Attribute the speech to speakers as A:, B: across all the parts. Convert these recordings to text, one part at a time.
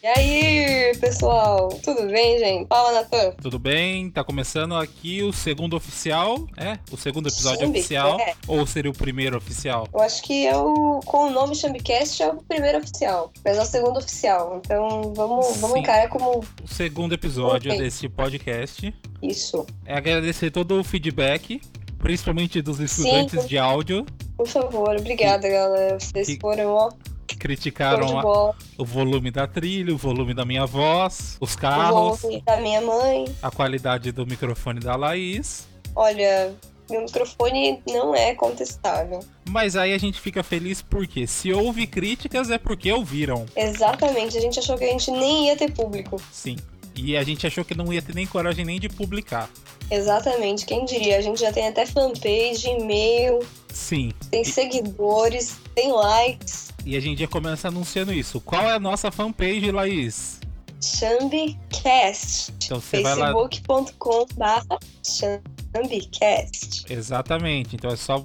A: E aí, pessoal? Tudo bem, gente? Fala, Natan.
B: Tudo bem? Tá começando aqui o segundo oficial. É, o segundo episódio
A: Sim,
B: oficial.
A: é.
B: Ou seria o primeiro oficial?
A: Eu acho que é o, com o nome Chambicast é o primeiro oficial, mas é o segundo oficial. Então vamos, vamos
B: Sim.
A: encarar como
B: O segundo episódio
A: Ok.
B: desse podcast.
A: isso.
B: É agradecer todo o feedback, principalmente dos estudantes de áudio
A: Por favor, obrigada, galera. Vocês
B: Que-
A: foram, ó,
B: que
A: show de
B: criticaram a-
A: bola.
B: o volume da trilha, o volume da minha voz, os
A: O
B: carros,
A: nome da minha mãe.
B: a qualidade do microfone da Laís.
A: Olha, meu microfone não é contestável.
B: Mas aí a gente fica feliz porque se houve críticas é porque ouviram.
A: Exatamente, a gente achou que a gente nem ia ter público.
B: Sim. E a gente achou que não ia ter nem coragem nem de publicar.
A: Exatamente, quem diria? A gente já tem até fanpage, e-mail,
B: Sim.
A: tem seguidores, tem likes.
B: E a gente já começa anunciando isso. Qual é a nossa fanpage, Laís?
A: Chambicast.
B: Então você vai lá.
A: facebook.com.br Chambicast.
B: Exatamente. Então é só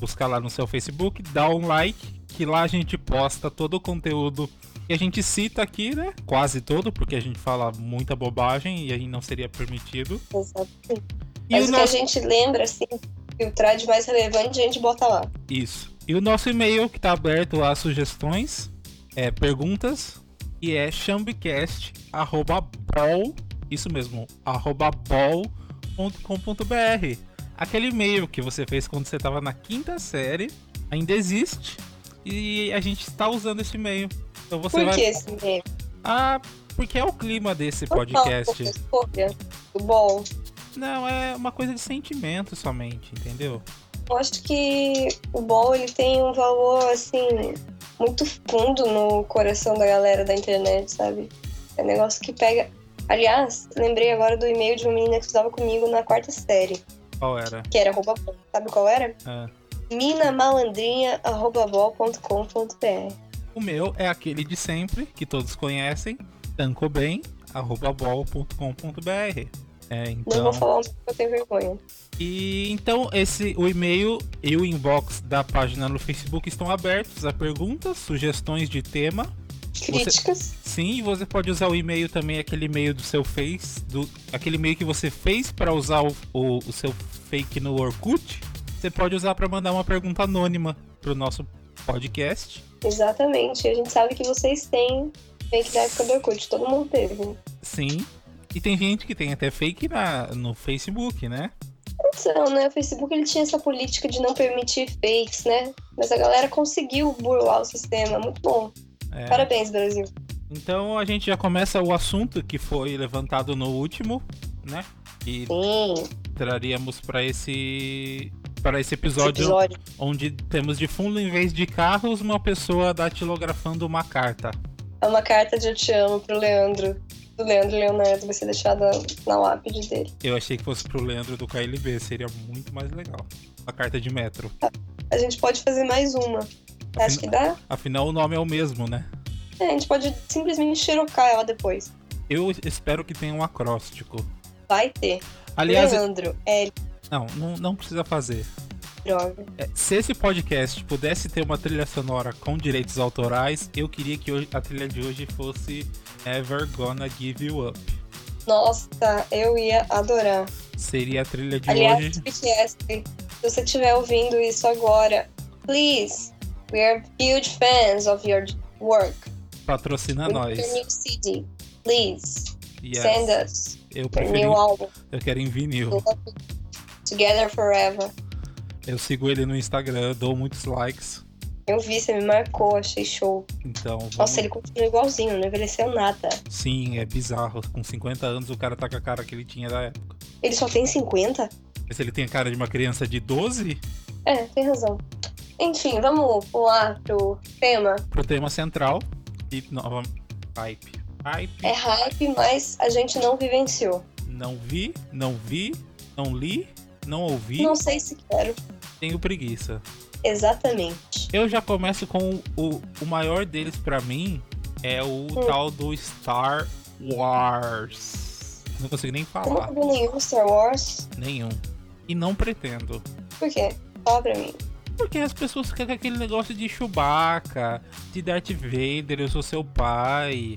B: buscar lá no seu Facebook, dar um like, que lá a gente posta todo o conteúdo que a gente cita aqui, né? Quase todo, porque a gente fala muita bobagem e aí não seria permitido.
A: Exatamente.
B: E
A: Mas
B: o
A: o
B: nosso...
A: que a gente lembra, assim, filtrar de mais relevante, a gente bota lá.
B: Isso. E o nosso e-mail que tá aberto a sugestões, é, perguntas, e é chambicast.bol, isso mesmo, arroba bol.com.br. Aquele e-mail que você fez quando você tava na quinta série, ainda existe, e a gente está usando esse e-mail. Então você
A: Por
B: vai...
A: que esse meme?
B: Ah, porque é o clima desse
A: Vamos falar um pouco
B: podcast.
A: da escolha do bom.
B: Não, é uma coisa de sentimento somente, entendeu?
A: Eu acho que o bom ele tem um valor assim muito fundo no coração da galera da internet, sabe? É um negócio que pega. Aliás, lembrei agora do e-mail de uma menina que estudava comigo na quarta série,
B: Qual era?
A: que era arroba bom. Sabe qual era?
B: Ah.
A: minamalandrinha.com.br
B: O meu é aquele de sempre, que todos conhecem, tancobem.com.br. É,
A: Não
B: então,
A: vou falar um porque eu tenho vergonha.
B: e então esse o e-mail e o inbox da página no Facebook estão abertos a perguntas, sugestões de tema.
A: Críticas?
B: Sim, e você pode usar o e-mail também, aquele e-mail do seu Face, do, aquele e-mail que você fez para usar o, o, o seu fake no Orkut. Você pode usar para mandar uma pergunta anônima pro nosso podcast.
A: Exatamente. A gente sabe que vocês têm fake da época do Orkut. Todo mundo teve.
B: Sim. E tem gente que tem até fake na, no Facebook, né?
A: Então, né? O Facebook ele tinha essa política de não permitir fakes, né? Mas a galera conseguiu burlar o sistema. Muito bom.
B: É.
A: Parabéns, Brasil.
B: Então a gente já começa o assunto que foi levantado no último, né? E
A: Sim,
B: traríamos para esse para
A: esse
B: esse episódio,
A: episódio.
B: onde temos de fundo em vez de carros uma pessoa datilografando uma carta.
A: É uma carta de eu te amo pro Leandro. Do Leandro Leonardo vai ser deixada na lápide dele.
B: Eu achei que fosse pro Leandro do KLB, seria muito mais legal. A carta de metro.
A: A gente pode fazer mais uma. Acho que dá.
B: Afinal o nome é o mesmo, né?
A: É, a gente pode simplesmente xerocar ela depois.
B: Eu espero que tenha um acróstico.
A: Vai ter.
B: Aliás, é-
A: Leandro, é L,
B: não, não, não precisa fazer.
A: droga.
B: É, Se esse podcast pudesse ter uma trilha sonora com direitos autorais, eu queria que hoje- a trilha de hoje fosse Ever Gonna Give You Up.
A: Nossa, eu ia adorar.
B: Seria a trilha de
A: Aliás,
B: hoje.
A: BTS, se você estiver ouvindo isso agora, please, we are huge fans of your work.
B: Patrocina
A: We
B: nós.
A: your new CD, please
B: Yes.
A: send us
B: Eu,
A: your
B: prefiro,
A: new album
B: eu quero em vinil.
A: together forever.
B: Eu sigo ele no Instagram, eu dou muitos likes.
A: Eu vi, você me marcou, achei show.
B: Então, vamos-
A: Nossa, ele continua igualzinho, não envelheceu nada.
B: sim, é bizarro. Com 50 anos o cara tá com a cara que ele tinha da época.
A: Ele só tem 50?
B: Mas ele tem a cara de uma criança de 12?
A: É, tem razão. Enfim, vamos pular pro tema.
B: Pro tema central. E nova. Hype. Hype.
A: É hype, mas a gente não vivenciou.
B: Não vi, não vi, não li, não ouvi,
A: Não sei se quero.
B: tenho preguiça.
A: Exatamente.
B: Eu já começo com o, o maior deles pra mim é o tal do Star Wars. Não consigo nem
A: Eu
B: falar,
A: nunca vi nenhum Star Wars.
B: nenhum. E não pretendo.
A: Por quê? Fala pra mim.
B: Porque as pessoas ficam com aquele negócio de Chewbacca, de Darth Vader, eu sou seu pai,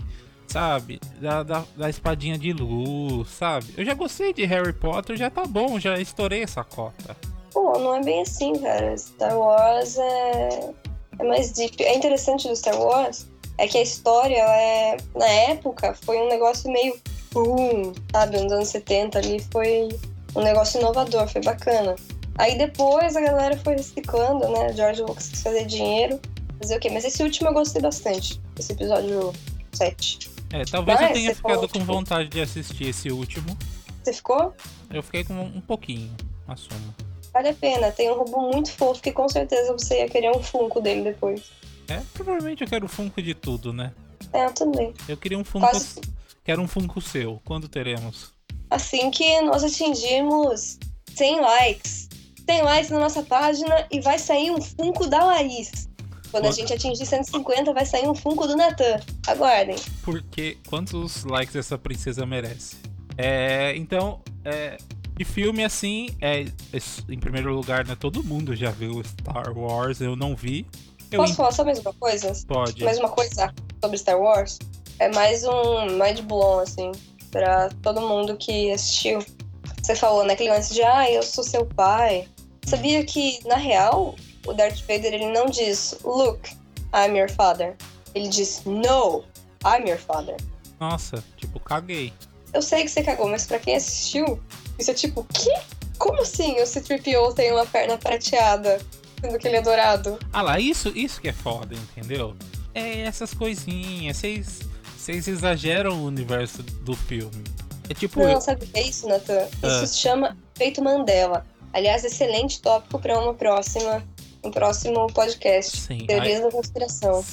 B: sabe? Da, da, da espadinha de luz, sabe? Eu já gostei de Harry Potter, já tá bom, já estourei essa cota.
A: Pô, não é bem assim, cara. Star Wars é, é mais deep. É interessante do Star Wars é que a história, ela é, na época, foi um negócio meio boom, sabe? Nos anos 70 ali foi um negócio inovador, foi bacana. Aí depois a galera foi reciclando, né? George Lucas quis fazer dinheiro, fazer o quê? Mas esse último eu gostei bastante, esse episódio 7.
B: É, talvez
A: Mas
B: eu tenha
A: você
B: ficado
A: falou,
B: com
A: tipo-
B: vontade de assistir esse último.
A: Você ficou?
B: Eu fiquei com um pouquinho, assumo.
A: Vale a pena, tem um robô muito fofo que com certeza você ia querer um Funko dele depois.
B: É, provavelmente eu quero Funko de tudo, né?
A: É, eu também.
B: Eu queria um Funko.
A: Quase
B: Quero um Funko seu. Quando teremos?
A: assim que nós atingirmos 100 likes. 100 likes na nossa página e vai sair um Funko da Laís. Quando a
B: Boa.
A: gente atingir 150, vai sair um Funko do Natan. Aguardem.
B: Porque quantos likes essa princesa merece? É, então, é, de filme assim, é, es- em primeiro lugar, né? Todo mundo já viu Star Wars, eu não vi. Eu
A: Posso falar só mais uma coisa?
B: pode.
A: Mais uma coisa sobre Star Wars? É mais um mind blown, assim, pra todo mundo que assistiu. Você falou, né, aquele lance de, ah, eu sou seu pai. Sabia que, na real, o Darth Vader, ele não diz, look, I'm your father. Ele diz, no, I'm your father.
B: Nossa, tipo, caguei.
A: Eu sei que você cagou, mas pra quem assistiu, isso é tipo, que? Como assim o C-3PO tem uma perna prateada, sendo que ele é dourado?
B: Ah lá, isso, isso que é foda, entendeu? É essas coisinhas, vocês vocês exageram o universo do filme. É tipo,
A: Não, sabe o que é isso, Natan? Isso
B: Ah.
A: se chama efeito Mandela. Aliás, excelente tópico pra uma próxima, um próximo podcast.
B: sim, aí-
A: Teorias da conspiração.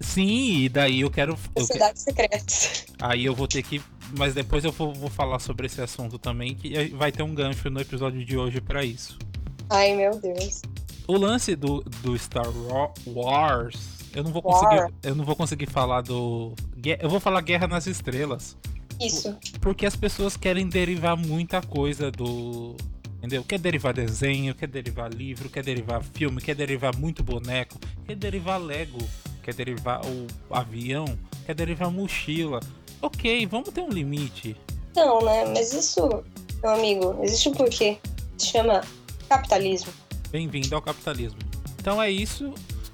B: sim, e daí eu quero, eu que-
A: Sociedades secretas.
B: Aí eu vou ter que. Mas depois eu vou, vou falar sobre esse assunto também, que aí vai ter um gancho no episódio de hoje pra isso.
A: Ai, meu Deus.
B: O lance do, do Star Ro- Wars. Eu não vou conseguir.
A: War.
B: Eu não vou conseguir falar do. Gue- Eu vou falar Guerra nas Estrelas.
A: Isso.
B: Porque as pessoas querem derivar muita coisa do. Entendeu? Quer derivar desenho, quer derivar livro, quer derivar filme, quer derivar muito boneco, quer derivar Lego, quer derivar o avião, quer derivar mochila. Ok, vamos ter um limite.
A: Não, né? Mas isso, meu amigo, existe um porquê. Se chama capitalismo.
B: Bem-vindo ao capitalismo. Então é isso.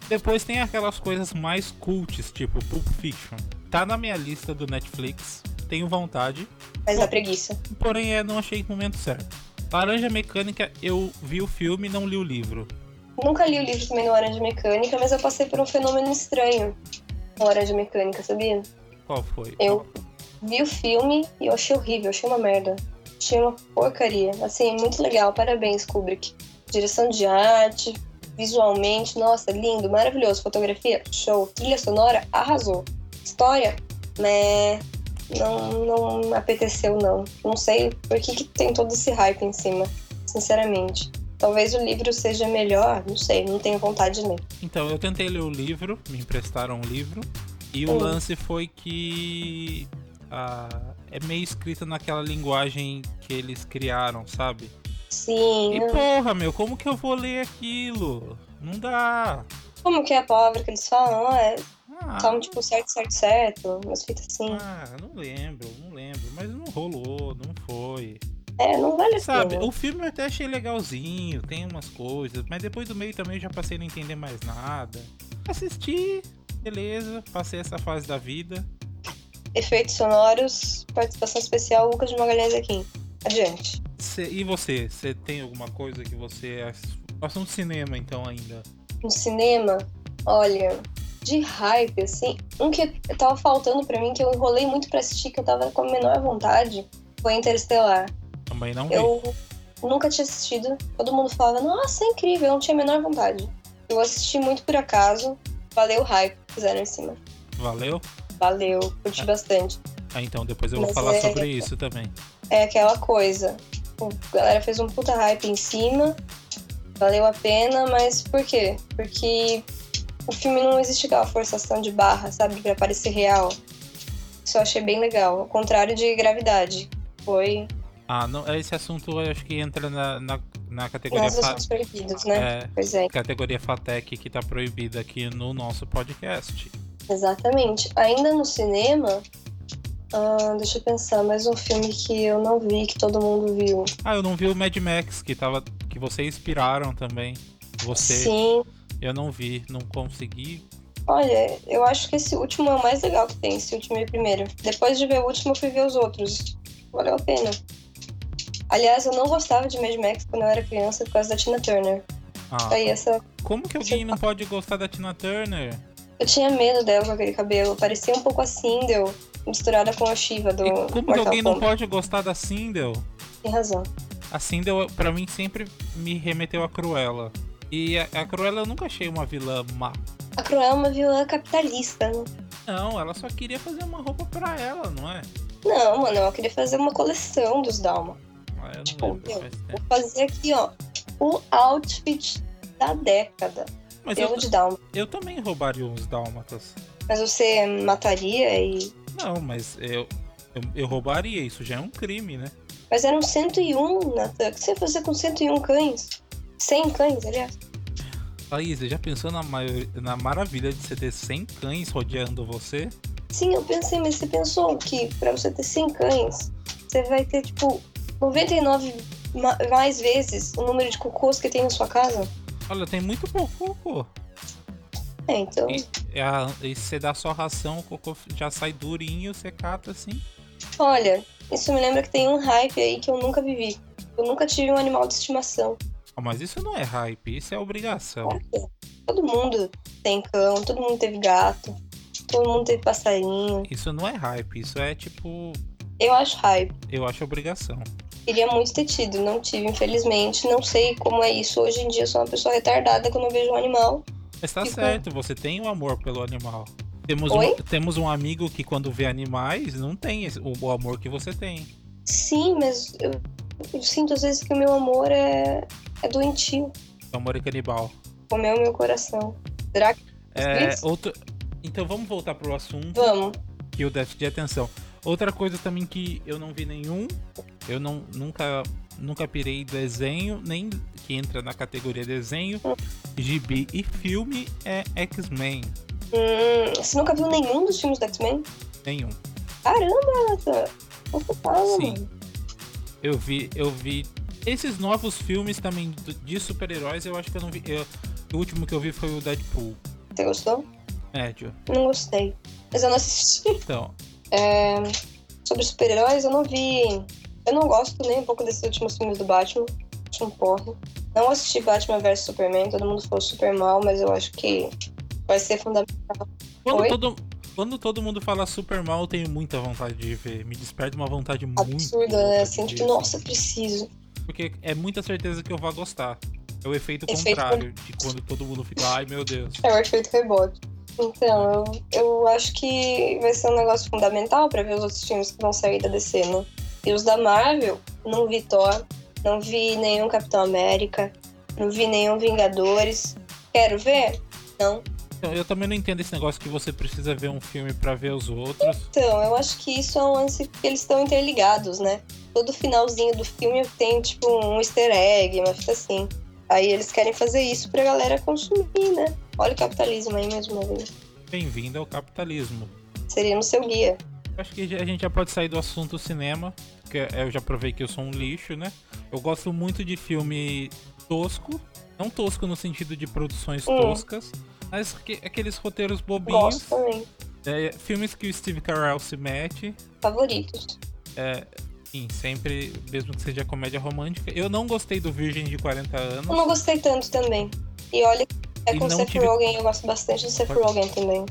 B: Depois tem aquelas coisas mais cults, tipo Pulp Fiction. Tá na minha lista do Netflix, tenho vontade,
A: Mas da preguiça.
B: porém eu não achei o momento certo. Laranja Mecânica, eu vi o filme e não li o livro.
A: Nunca li o livro também no Hora de Mecânica, mas eu passei por um fenômeno estranho na Hora de Mecânica, sabia?
B: Qual foi?
A: Eu vi o filme e eu achei horrível, achei uma merda. Achei uma porcaria. Assim, muito legal, parabéns, Kubrick. Direção de arte, visualmente, nossa, lindo, maravilhoso. Fotografia, show. Trilha sonora, arrasou. História, né? Não, não apeteceu, não. Não sei por que, que tem todo esse hype em cima, sinceramente. Talvez o livro seja melhor, não sei, não tenho vontade de ler.
B: Então, eu tentei ler o livro, me emprestaram um livro, e o
A: Hum.
B: lance foi que ah, é meio escrito naquela linguagem que eles criaram, sabe?
A: Sim,
B: E
A: não.
B: porra, meu, como que eu vou ler aquilo? Não dá.
A: como que é a palavra que eles falam? Ah, é
B: Ah,
A: Só um tipo certo, certo, certo, umas fitas assim.
B: Ah, não lembro, não lembro. Mas não rolou, não foi.
A: É, não vale a
B: Sabe,
A: pena.
B: o filme eu até achei legalzinho, tem umas coisas, mas depois do meio também eu já passei a não entender mais nada. Assisti, beleza, passei essa fase da vida.
A: Efeitos sonoros, participação especial, Lucas de Magalhães aqui. Adiante.
B: Cê- e você? Você tem alguma coisa que você. ass- Assunto de cinema então ainda.
A: No cinema, olha, de hype, assim, um que tava faltando pra mim, que eu enrolei muito pra assistir, que eu tava com a menor vontade, foi Interestelar.
B: Também não vi.
A: Eu nunca tinha assistido. Todo mundo falava, nossa, é incrível, eu não tinha a menor vontade. Eu assisti muito por acaso, valeu o hype que fizeram em cima.
B: Valeu?
A: Valeu, curti bastante.
B: Ah, então depois eu vou
A: Mas
B: falar
A: é-
B: sobre isso também.
A: é aquela coisa. tipo, A galera fez um puta hype em cima, valeu a pena, mas por quê? Porque o filme não existe aquela forçação de barra, sabe? Pra parecer real. Isso eu achei bem legal. Ao contrário de gravidade. Foi
B: Ah, não, esse assunto eu acho que entra na, na, na categoria.
A: nas
B: fa-
A: assuntos proibidos, né?
B: é,
A: Pois é.
B: categoria Fatec que tá proibida aqui no nosso podcast.
A: Exatamente. Ainda no cinema, Ah, deixa eu pensar, mais um filme que eu não vi, que todo mundo viu.
B: Ah, eu não vi o Mad Max, que tava. que vocês inspiraram também. Você.
A: Sim.
B: Eu não vi, não consegui.
A: Olha, eu acho que esse último é o mais legal que tem, esse último e o primeiro. Depois de ver o último, eu fui ver os outros. Valeu a pena. Aliás, eu não gostava de Mad Max quando eu era criança por causa da Tina Turner.
B: Ah,
A: Aí essa.
B: como que alguém não pode gostar da Tina Turner?
A: Eu tinha medo dela com aquele cabelo. Parecia um pouco a Sindel misturada com a Shiva do
B: E como que
A: Mortal
B: alguém não
A: Kombat.
B: pode gostar da Sindel?
A: Tem razão.
B: A Sindel, pra mim, sempre me remeteu a Cruella. E a, a Cruella eu nunca achei uma vilã má.
A: A Cruella é uma vilã capitalista, né?
B: Não, ela só queria fazer uma roupa pra ela, não é?
A: Não, mano, eu queria fazer uma coleção dos Dalma.
B: Ah, eu
A: Tipo,
B: não lembro
A: meu,
B: faz
A: Vou
B: tempo.
A: fazer aqui, ó, o outfit da década.
B: Mas eu,
A: Eu de Dalma.
B: eu também roubaria uns dálmatas.
A: Mas você mataria e.
B: Não, mas eu, eu, eu roubaria, isso já é um crime, né?
A: Mas eram 101, Natan. O que você ia fazer com 101 cães? 100 cães, aliás.
B: Thaís, você já pensou na, maior- na maravilha de você ter 100 cães rodeando você?
A: Sim, eu pensei, mas você pensou que pra você ter 100 cães, você vai ter, tipo, 99 ma- mais vezes o número de cocôs que tem na sua casa?
B: Olha, tem muito pouco cocô.
A: É, então.
B: E, é a- e você dá só ração, o cocô já sai durinho, você cata assim.
A: Olha, isso me lembra que tem um hype aí que eu nunca vivi. Eu nunca tive um animal de estimação.
B: Ah, mas isso não é hype, isso é obrigação.
A: Todo mundo tem cão, todo mundo teve gato, todo mundo teve passarinho.
B: Isso não é hype, isso é tipo.
A: Eu acho hype.
B: Eu acho obrigação.
A: Queria muito ter tido, não tive, infelizmente. Não sei como é isso. Hoje em dia eu sou uma pessoa retardada quando eu vejo um animal.
B: Mas tá
A: Tipo-
B: certo, você tem o amor pelo animal. Temos um,
A: Oi?
B: temos um amigo que quando vê animais não tem esse- o, o amor que você tem.
A: Sim, mas eu, eu sinto às vezes que o meu amor é, é doentio.
B: O amor é canibal.
A: Comeu meu coração. Será que.
B: É,
A: Isso.
B: outro... Então vamos voltar pro assunto
A: Vamos.
B: que eu déficit de atenção. Outra coisa também que eu não vi nenhum, eu não, nunca, nunca pirei em desenho, nem que entra na categoria desenho, gibi e filme é X-Men.
A: Hum, você nunca viu nenhum dos filmes do X-Men?
B: Nenhum.
A: Caramba, Nathan! Você fala,
B: Sim.
A: mano.
B: Eu vi, eu vi. Esses novos filmes também do- de super-heróis, eu acho que eu não vi. eu- o último que eu vi foi o Deadpool.
A: Você gostou?
B: Médio.
A: Não gostei. Mas eu não assisti.
B: Então,
A: sobre super-heróis, eu não vi. Eu não gosto nem um pouco desses últimos filmes do Batman. Acho um porra. Não assisti Batman vs Superman, todo mundo falou super mal, mas eu acho que vai ser fundamental.
B: quando
A: Oi?
B: todo, quando todo mundo fala super mal, eu tenho muita vontade de ver. Me desperta uma vontade muito.
A: Absurda,
B: louca
A: né?
B: de
A: Assim,
B: ver,
A: tipo, nossa, preciso.
B: Porque é muita certeza que eu vou gostar. É o efeito
A: Efeito
B: contrário de quando todo mundo fica, ai meu Deus.
A: É o efeito rebote. Então, eu, eu acho que vai ser um negócio fundamental pra ver os outros filmes que vão sair da DC, né? E os da Marvel, não vi Thor, não vi nenhum Capitão América, não vi nenhum Vingadores. Quero ver? Não.
B: Então, eu também não entendo esse negócio que você precisa ver um filme pra ver os outros.
A: Então, eu acho que isso é um lance que eles estão interligados, né? Todo finalzinho do filme tem, tipo, um easter egg, uma fita assim. Aí eles querem fazer isso pra galera consumir, né? Olha o capitalismo aí mais uma vez.
B: Bem-vindo ao capitalismo.
A: Seria no seu guia.
B: Acho que já- a gente já pode sair do assunto cinema, porque eu já provei que eu sou um lixo, né? Eu gosto muito de filme tosco, não tosco no sentido de produções
A: Hum.
B: toscas, mas que- aqueles roteiros bobinhos,
A: Gosto também.
B: é, filmes que o Steve Carell se mete,
A: Favoritos.
B: sim, sempre, mesmo que seja comédia romântica. Eu não gostei do Virgem de 40
A: Eu
B: anos,
A: não gostei tanto também. E olha, é
B: E
A: com
B: não
A: Seth
B: tive-
A: Rogen, eu gosto bastante do Seth
B: Pode-
A: Rogen também.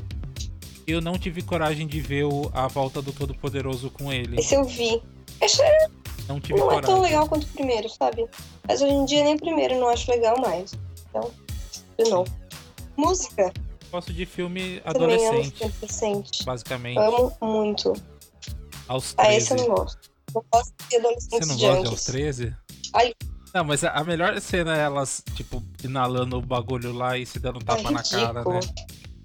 B: eu não tive coragem de ver o- a volta do Todo-Poderoso com ele,
A: Esse eu vi.
B: não tive
A: Não é tão
B: coragem.
A: legal quanto o primeiro, sabe? Mas hoje em dia nem o primeiro eu não acho legal mais. Então, de novo. Música
B: Gosto de filme
A: também é um
B: adolescente,
A: adolescente.
B: basicamente,
A: Amo muito.
B: aos 13.
A: Ah, esse eu não gosto. Não gosto de
B: Você
A: adolescentes
B: não gosta de aos
A: junkies.
B: 13?
A: Ai.
B: Não, mas a a melhor cena é elas, tipo, inalando o bagulho lá e se dando
A: É
B: tapa na cara,
A: ridículo.
B: né?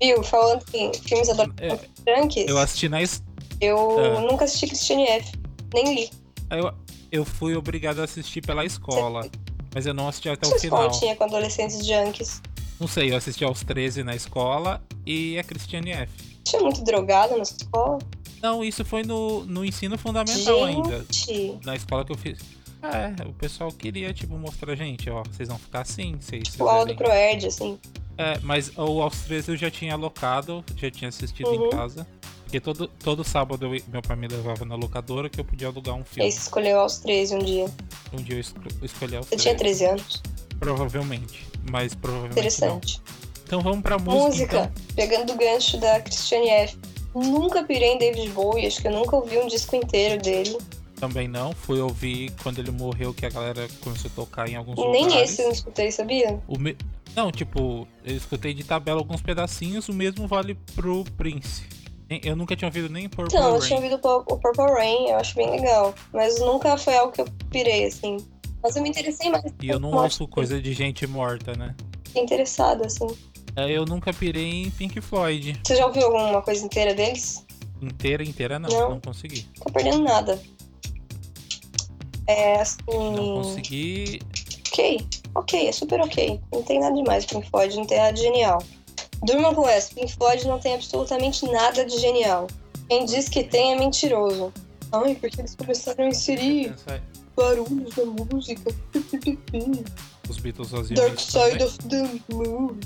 B: É,
A: Viu? Falando em filmes adolescentes junkies,
B: Eu assisti na. es-
A: eu
B: É.
A: nunca assisti Christine F. Nem li.
B: Eu, eu fui obrigado a assistir pela escola. Mas eu não assisti até o
A: Vocês
B: final.
A: tinha com adolescentes junkies.
B: Não sei, eu assisti aos 13 na escola e a Christiane F.
A: Tinha muito drogado na escola.
B: Não, isso foi no, no ensino fundamental ainda.
A: Gente,
B: Na escola que eu fiz. Ah, é, o pessoal queria, tipo, mostrar, gente, ó, vocês vão ficar assim, vocês.
A: o aula do
B: fizerem-
A: Proerd, assim.
B: É, mas o aos 13 eu já tinha alocado, já tinha assistido
A: Uhum.
B: em casa. Porque todo, todo sábado eu- meu pai me levava na locadora que eu podia alugar um
A: Aí
B: filme.
A: você escolheu aos 13 um dia.
B: Um dia eu esco- escolhi aos
A: Você tinha
B: 13.
A: 13 anos.
B: Provavelmente. Mas provavelmente. Não.
A: Interessante.
B: Então vamos pra música.
A: Música,
B: então.
A: pegando o gancho da Christiane F. Nunca pirei em David Bowie, acho que eu nunca ouvi um disco inteiro dele.
B: Então, Também não. Fui ouvir quando ele morreu que a galera começou a tocar em alguns
A: Nem
B: lugares.
A: esse eu não escutei, sabia?
B: O me- Não, tipo, eu escutei de tabela alguns pedacinhos, o mesmo vale pro Prince. Nem- Eu nunca tinha ouvido nem Purple
A: Então, eu
B: Rain.
A: tinha ouvido o Pur- o Purple Rain, eu acho bem legal. Mas nunca foi algo que eu pirei, assim. Mas eu me interessei mais.
B: E eu não ouço coisa de gente morta, né?
A: Fiquei interessada, assim.
B: É, Eu nunca pirei em Pink Floyd.
A: Você já ouviu alguma coisa inteira deles?
B: Inteira, inteira não.
A: Não.
B: Não, consegui.
A: Não Tá perdendo nada. É, assim...
B: Não consegui.
A: Ok, ok, é super ok. Não tem nada demais Pink Floyd, não tem nada de genial. Durma com essa, Pink Floyd não tem absolutamente nada de genial. Quem diz que tem é mentiroso. Ai, porque eles começaram a inserir
B: pensar
A: barulhos na música.
B: Os Beatles sozinhos.
A: Dark Side of the Moon.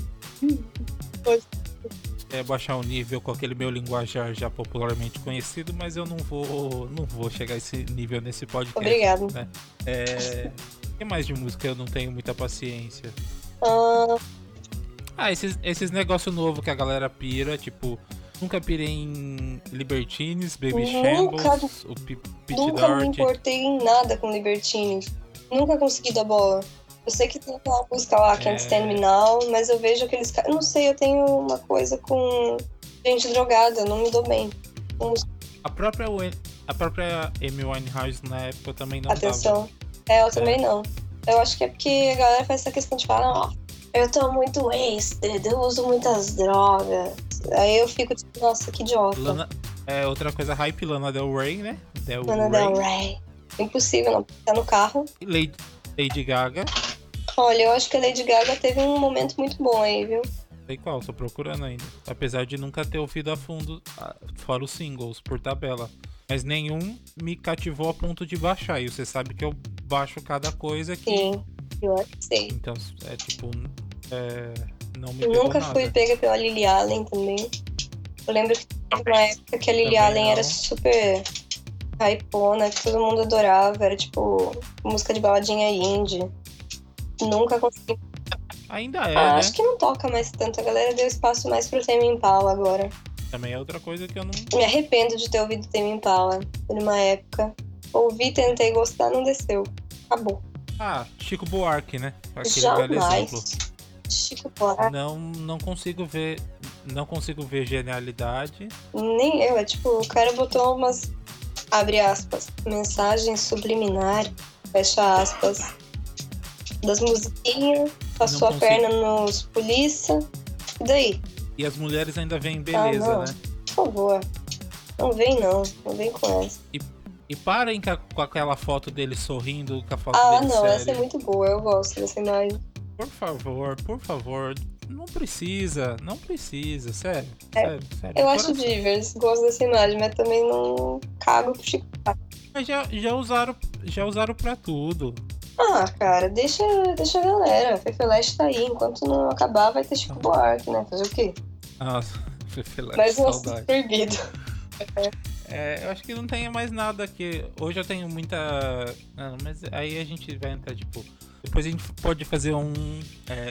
B: É baixar o nível com aquele meu linguajar já popularmente conhecido, mas eu não vou, não vou chegar a esse nível nesse podcast.
A: Obrigado.
B: É... O que mais de música eu não tenho muita paciência?
A: Ah,
B: Ah, esses, esses negócios novos que a galera pira, tipo, nunca pirei em Libertines, Baby
A: Nunca-
B: Shambles, o Pi- Pit
A: nunca me
B: Dart.
A: importei em nada com Libertines. Nunca consegui dar bola. Eu sei que tem aquela música lá, Can't
B: É.
A: Stand Me Now, mas eu vejo aqueles caras. Não sei, eu tenho uma coisa com gente drogada, eu não me dou bem.
B: A própria, Wen- a própria Amy Winehouse na época também não
A: Atenção. É, eu também não. Eu acho que é porque a galera faz essa questão de falar, ó, eu tô muito wasted, eu uso muitas drogas. Aí eu fico tipo, nossa, que idiota.
B: tava. Lana, é, outra coisa hype, Lana Del Rey, né? Del
A: Lana
B: Rey.
A: Del Rey. Impossível não tá no carro.
B: Lady, Lady Gaga.
A: Olha, eu acho que a Lady Gaga teve um momento muito bom aí, viu?
B: Sei qual, tô procurando ainda. Apesar de nunca ter ouvido a fundo, ah, fora os singles, por tabela. Mas nenhum me cativou a ponto de baixar. E você sabe que eu baixo cada coisa aqui.
A: Sim. Eu acho que sei.
B: Então, é tipo. é, não me
A: Eu
B: pegou
A: nunca
B: nada.
A: fui pega pela Lily Allen também. Eu lembro que teve uma época que a Lily
B: Também
A: Allen
B: não.
A: era super hypona, que todo mundo adorava, era tipo música de baladinha indie. Nunca consegui.
B: Ainda é,
A: Ah,
B: né?
A: Acho que não toca mais tanto, a galera deu espaço mais pro Tame Impala agora.
B: Também é outra coisa que eu não.
A: Me arrependo de ter ouvido Tame Impala numa época. Ouvi, tentei gostar, não desceu. Acabou.
B: Ah, Chico Buarque, né? Aquele velho exemplo.
A: Jamais. Chico Buarque,
B: Não, não consigo ver. Não consigo ver genialidade.
A: nem eu, é tipo, o cara botou umas, abre aspas, mensagens subliminar, fecha aspas, das musiquinhas, passou a
B: consigo.
A: perna nos polícia, e daí?
B: E as mulheres ainda veem beleza,
A: Ah, não.
B: né?
A: Por favor, não vem não, não vem com essa.
B: E parem ca- com aquela foto dele sorrindo, com a foto
A: Ah,
B: dele
A: não,
B: séria.
A: essa é muito boa, eu gosto dessa imagem.
B: Por favor, por favor. Não precisa, não precisa, sério.
A: É,
B: sério, sério.
A: Eu
B: Agora-
A: acho divers, gosto dessa imagem, mas também não cago pro Chico.
B: Mas já, já usaram, já usaram pra tudo.
A: Ah, cara, deixa, deixa a galera, Fefe Leste tá aí, enquanto não acabar vai ter
B: Tá
A: Chico Buarque, né, fazer o quê?
B: Nossa, Fefelé,
A: Mas não
B: saudade.
A: proibido.
B: É, eu acho que não tem mais nada que. Hoje eu tenho muita. Não, mas aí a gente vai entrar, tipo. Depois a gente pode fazer um. é,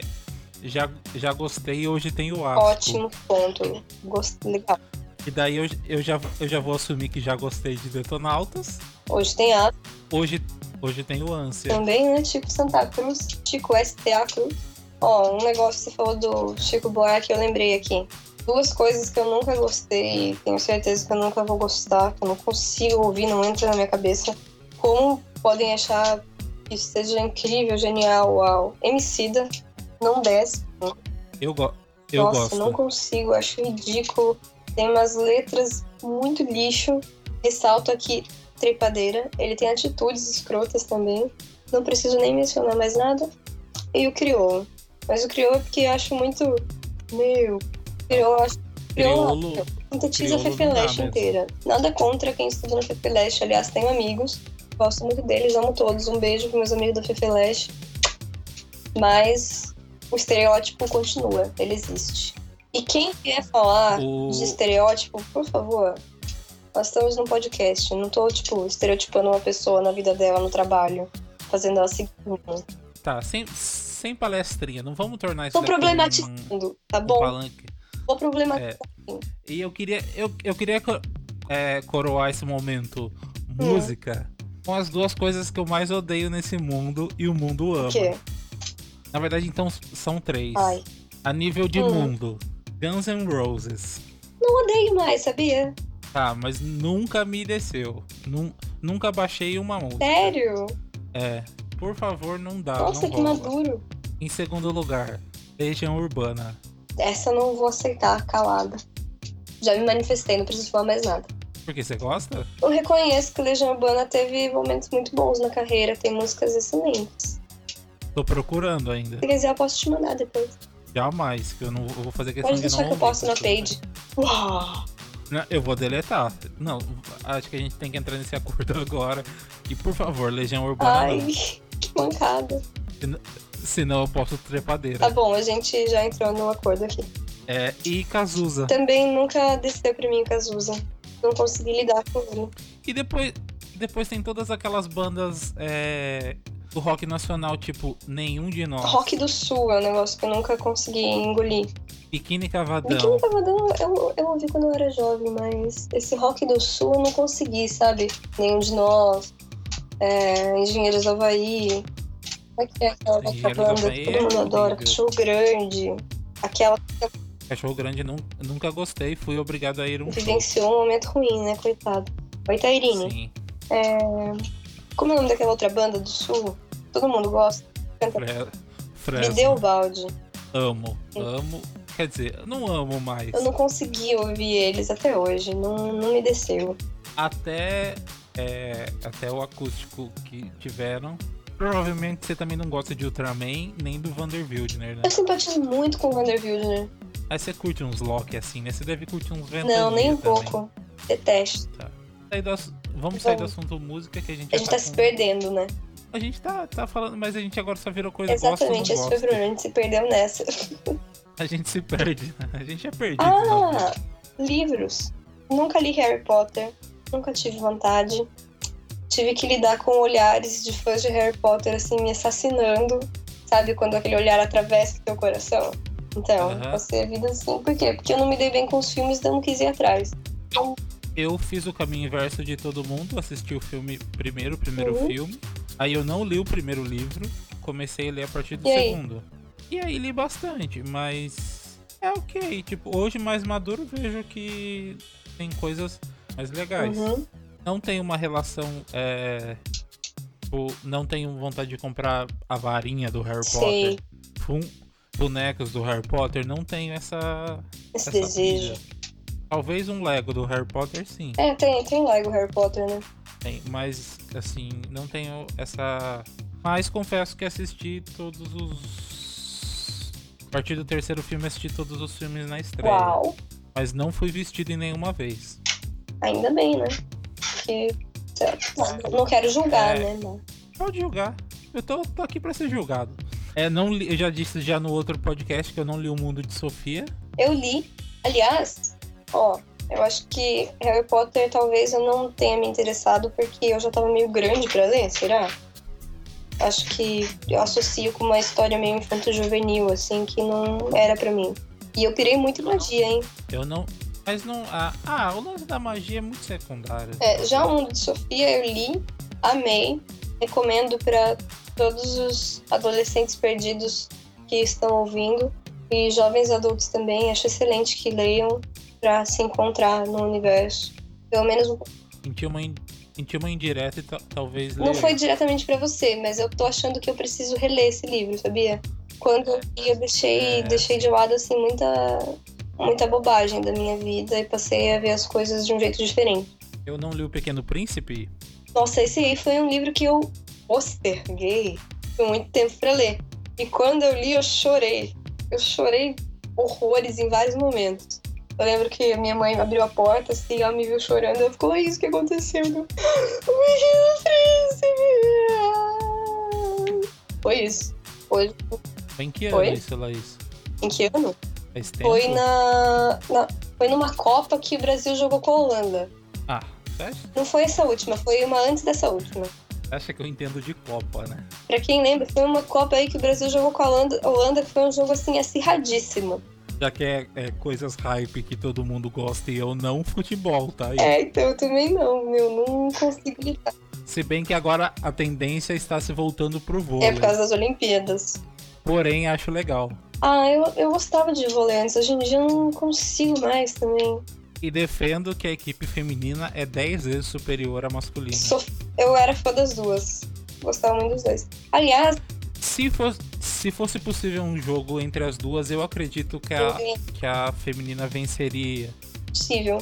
B: já, já gostei, hoje tem o asco.
A: Ótimo ponto. Gostei, legal.
B: E daí eu, eu, já, eu já vou assumir que já gostei de Detonautas.
A: Hoje tem a
B: Hoje, hoje tem o Ânsia.
A: também, né? Chico Santa Cruz, Chico STA Cruz. Ó, um negócio que você falou do Chico Buarque, eu lembrei aqui. Duas coisas que eu nunca gostei, e tenho certeza que eu nunca vou gostar, que eu não consigo ouvir, não entra na minha cabeça. Como podem achar que isso seja incrível, genial, uau. Emicida, não desce.
B: Eu, go eu
A: Nossa,
B: gosto.
A: não consigo, acho ridículo. Tem umas letras muito lixo. Ressalto aqui trepadeira. Ele tem atitudes escrotas também. Não preciso nem mencionar mais nada. E o crioulo. Mas o crioulo é porque eu acho muito. Meu, o crioulo eu acho
B: Criolo.
A: Criolo. Sintetiza a
B: crioulo não
A: FEFELESH
B: dá mesmo.
A: inteira. Nada contra quem estuda no FEFELESH. Aliás, tenho amigos. Gosto muito deles, amo todos. Um beijo para meus amigos da FEFELESH. Mas o estereótipo continua, ele existe. E quem quer falar
B: O-
A: de estereótipo, por favor, nós estamos num podcast. Não tô, tipo, estereotipando uma pessoa na vida dela, no trabalho, fazendo ela seguir.
B: Tá, sem, sem palestrinha, não vamos tornar isso
A: Tô
B: daqui um-
A: problematizando, tá
B: um
A: bom?
B: palanque.
A: Vou problematizar.
B: E eu queria, eu, eu queria co- é, coroar esse momento música com as duas coisas que eu mais odeio nesse mundo e o mundo ama.
A: O quê?
B: Na verdade, então, são três.
A: Ai.
B: A nível de
A: Hum.
B: mundo, Guns N' Roses.
A: Não odeio mais, sabia?
B: Tá, mas nunca me desceu. Nun- nunca baixei uma música.
A: Sério?
B: É. Por favor, não dá.
A: Nossa,
B: Ah, não
A: que
B: rola.
A: maduro.
B: Em segundo lugar, Legião Urbana.
A: Essa eu não vou aceitar, calada. Já me manifestei, não preciso falar mais nada.
B: Porque você gosta?
A: Eu reconheço que Legião Urbana teve momentos muito bons na carreira, tem músicas excelentes.
B: Tô procurando ainda.
A: Se quiser, eu posso te mandar depois.
B: Jamais, que eu não eu vou fazer questão
A: Pode
B: de não.
A: deixar que eu
B: ouvir,
A: posto na
B: porque-
A: page. Uau!
B: Não, eu vou deletar. Não, acho que a gente tem que entrar nesse acordo agora. E por favor, Legião Urbana,
A: Ai,
B: não.
A: que mancada.
B: senão eu posso trepadeira.
A: Tá bom, a gente já entrou no acordo aqui.
B: É, e Cazuza.
A: Também nunca desceu pra mim o Cazuza. Não consegui lidar com ele.
B: E depois, depois tem todas aquelas bandas é, do rock nacional, tipo Nenhum de Nós,
A: Rock do Sul é um negócio que eu nunca consegui engolir.
B: Biquíni
A: Biquíni
B: Cavadão.
A: Cavadão eu, eu ouvi quando eu era jovem, mas esse rock do sul eu não consegui, sabe? Nenhum de nós, é, Engenheiros do Havaí. Como é que é aquela outra
B: Engenheiros do
A: banda
B: Havaí
A: que
B: é
A: todo mundo adora?
B: horrível.
A: Cachorro Grande. Aquela que
B: Cachorro Grande nun- nunca gostei, fui obrigado a ir um show.
A: vivenciou um momento ruim, né? Coitado. Oi, Tairine.
B: Sim,
A: Como é o nome daquela outra banda do sul? Todo mundo gosta.
B: Fre-
A: Me
B: Fresno.
A: deu o balde.
B: Amo, amo. Quer dizer, eu não amo mais.
A: Eu não consegui ouvir eles até hoje. Não, não me desceu.
B: Até, é, até o acústico que tiveram. Provavelmente você também não gosta de Ultraman, nem do Vander Wildner, né?
A: Eu simpatizo muito com o né? Vander Wildner.
B: Aí você curte uns Loki assim, né? Você deve curtir uns Ventania
A: Não, nem um
B: também.
A: pouco. Detesto.
B: sair do ass- Vamos sair do
A: Vamos.
B: assunto música que a gente
A: A
B: já
A: gente tá se
B: com-
A: perdendo, né?
B: A gente tá, tá falando, mas a gente agora só virou coisa
A: Exatamente, esse foi o
B: gosta, não gosta.
A: problema, a gente se perdeu nessa.
B: A gente se perde. A gente é perdido. né?
A: Ah, livros. Nunca li Harry Potter, nunca tive vontade. Tive que lidar com olhares de fãs de Harry Potter, assim, me assassinando. Sabe quando aquele olhar atravessa o teu coração? Então,
B: Aham.
A: passei a vida assim. Por quê? Porque eu não me dei bem com os filmes, então eu não quis ir atrás.
B: Eu fiz o caminho inverso de todo mundo, assisti o filme primeiro, o primeiro
A: Uhum.
B: filme. Aí eu não li o primeiro livro, comecei a ler a partir do
A: E aí?
B: segundo. E aí li bastante, mas é ok. Tipo, hoje mais maduro vejo que tem coisas mais legais.
A: Uhum.
B: não tenho uma relação. É, tipo, não tenho vontade de comprar a varinha do Harry
A: Sei.
B: Potter. fun- bonecos do Harry Potter. Não tenho essa.
A: Esse
B: essa
A: desejo.
B: pilha. Talvez um Lego do Harry Potter, sim.
A: É, tem, tem Lego Harry Potter, né?
B: tem, mas, assim, não tenho essa. Mas confesso que assisti todos os. A partir do terceiro filme, assisti todos os filmes na estreia.
A: Uau!
B: Mas não fui vestido em nenhuma vez.
A: Ainda bem, né? Porque. sei lá, Não, não quero julgar,
B: É.
A: né? Não.
B: Pode julgar. Eu tô, tô aqui pra ser julgado. É, não li- eu já disse já no outro podcast que eu não li O Mundo de Sofia.
A: Eu li. Aliás, ó, eu acho que Harry Potter talvez eu não tenha me interessado porque eu já tava meio grande pra ler, será? Acho que eu associo com uma história meio infanto-juvenil, assim, que não era pra mim. E eu pirei muito em magia, hein?
B: Eu não. Mas não. Ah, ah, o lance da magia é muito secundário.
A: É, já O Mundo de Sofia eu li, amei, recomendo pra todos os adolescentes perdidos que estão ouvindo e jovens adultos também. Acho excelente que leiam pra se encontrar no universo. Pelo menos um
B: Senti uma, in- senti uma indireta e ta- talvez.
A: Não
B: leia.
A: foi diretamente pra você, mas eu tô achando que eu preciso reler esse livro, sabia? Quando eu li, eu deixei,
B: É.
A: deixei de lado assim muita muita bobagem da minha vida e passei a ver as coisas de um jeito diferente.
B: Eu não li O Pequeno Príncipe.
A: Nossa, esse aí foi um livro que eu posterguei por muito tempo pra ler. E quando eu li, eu chorei. Eu chorei horrores em vários momentos. Eu lembro que minha mãe abriu a porta, assim, ela me viu chorando. Ela ficou, é isso que aconteceu. meu- O menino príncipe! Foi isso. Foi,
B: Foi em que
A: Foi?
B: ano isso, Laís?
A: em que ano?
B: Faz tempo?
A: Foi na, na- Foi numa Copa que o Brasil jogou com a Holanda.
B: Ah, você acha,
A: Não foi essa última, foi uma antes dessa última.
B: você acha que eu entendo de Copa, né?
A: Pra quem lembra, foi uma Copa aí que o Brasil jogou com a Holanda, a Holanda que foi um jogo assim acirradíssimo.
B: Já que é, é coisas hype que todo mundo gosta e eu não, futebol, tá? E-
A: É, então eu também não, meu, não consigo lidar.
B: Se bem que agora a tendência está se voltando pro vôlei.
A: É por causa das Olimpíadas.
B: Porém, acho legal.
A: Ah, eu, eu gostava de vôlei antes, hoje em dia eu não consigo mais também.
B: E defendo que a equipe feminina é 10 vezes superior à masculina.
A: Sou- eu era fã das duas. Gostava muito dos dois. Aliás,
B: Se, fosse, se fosse possível um jogo entre as duas, eu acredito que a,
A: é
B: que a feminina venceria.
A: impossível.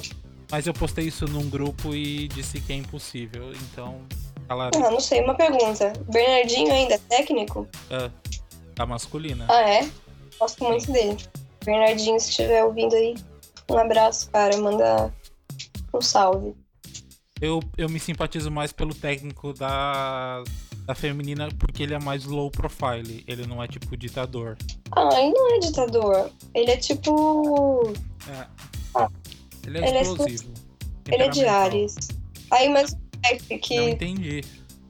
B: Mas eu postei isso num grupo e disse que é impossível. Então, ela
A: Ah, não sei, uma pergunta. Bernardinho ainda é técnico?
B: a masculina.
A: Ah, é? Gosto muito dele. Bernardinho, se estiver ouvindo aí, um abraço, cara. Manda um salve.
B: Eu, eu me simpatizo mais pelo técnico da, da feminina porque ele é mais low profile. Ele não é tipo ditador.
A: Ah, ele não é ditador. Ele é tipo.
B: Ele
A: Ele
B: é
A: é
B: explosivo.
A: Ele é de
B: temperamental.
A: Ares. Aí, mas o chefe
B: Não
A: que
B: entendi.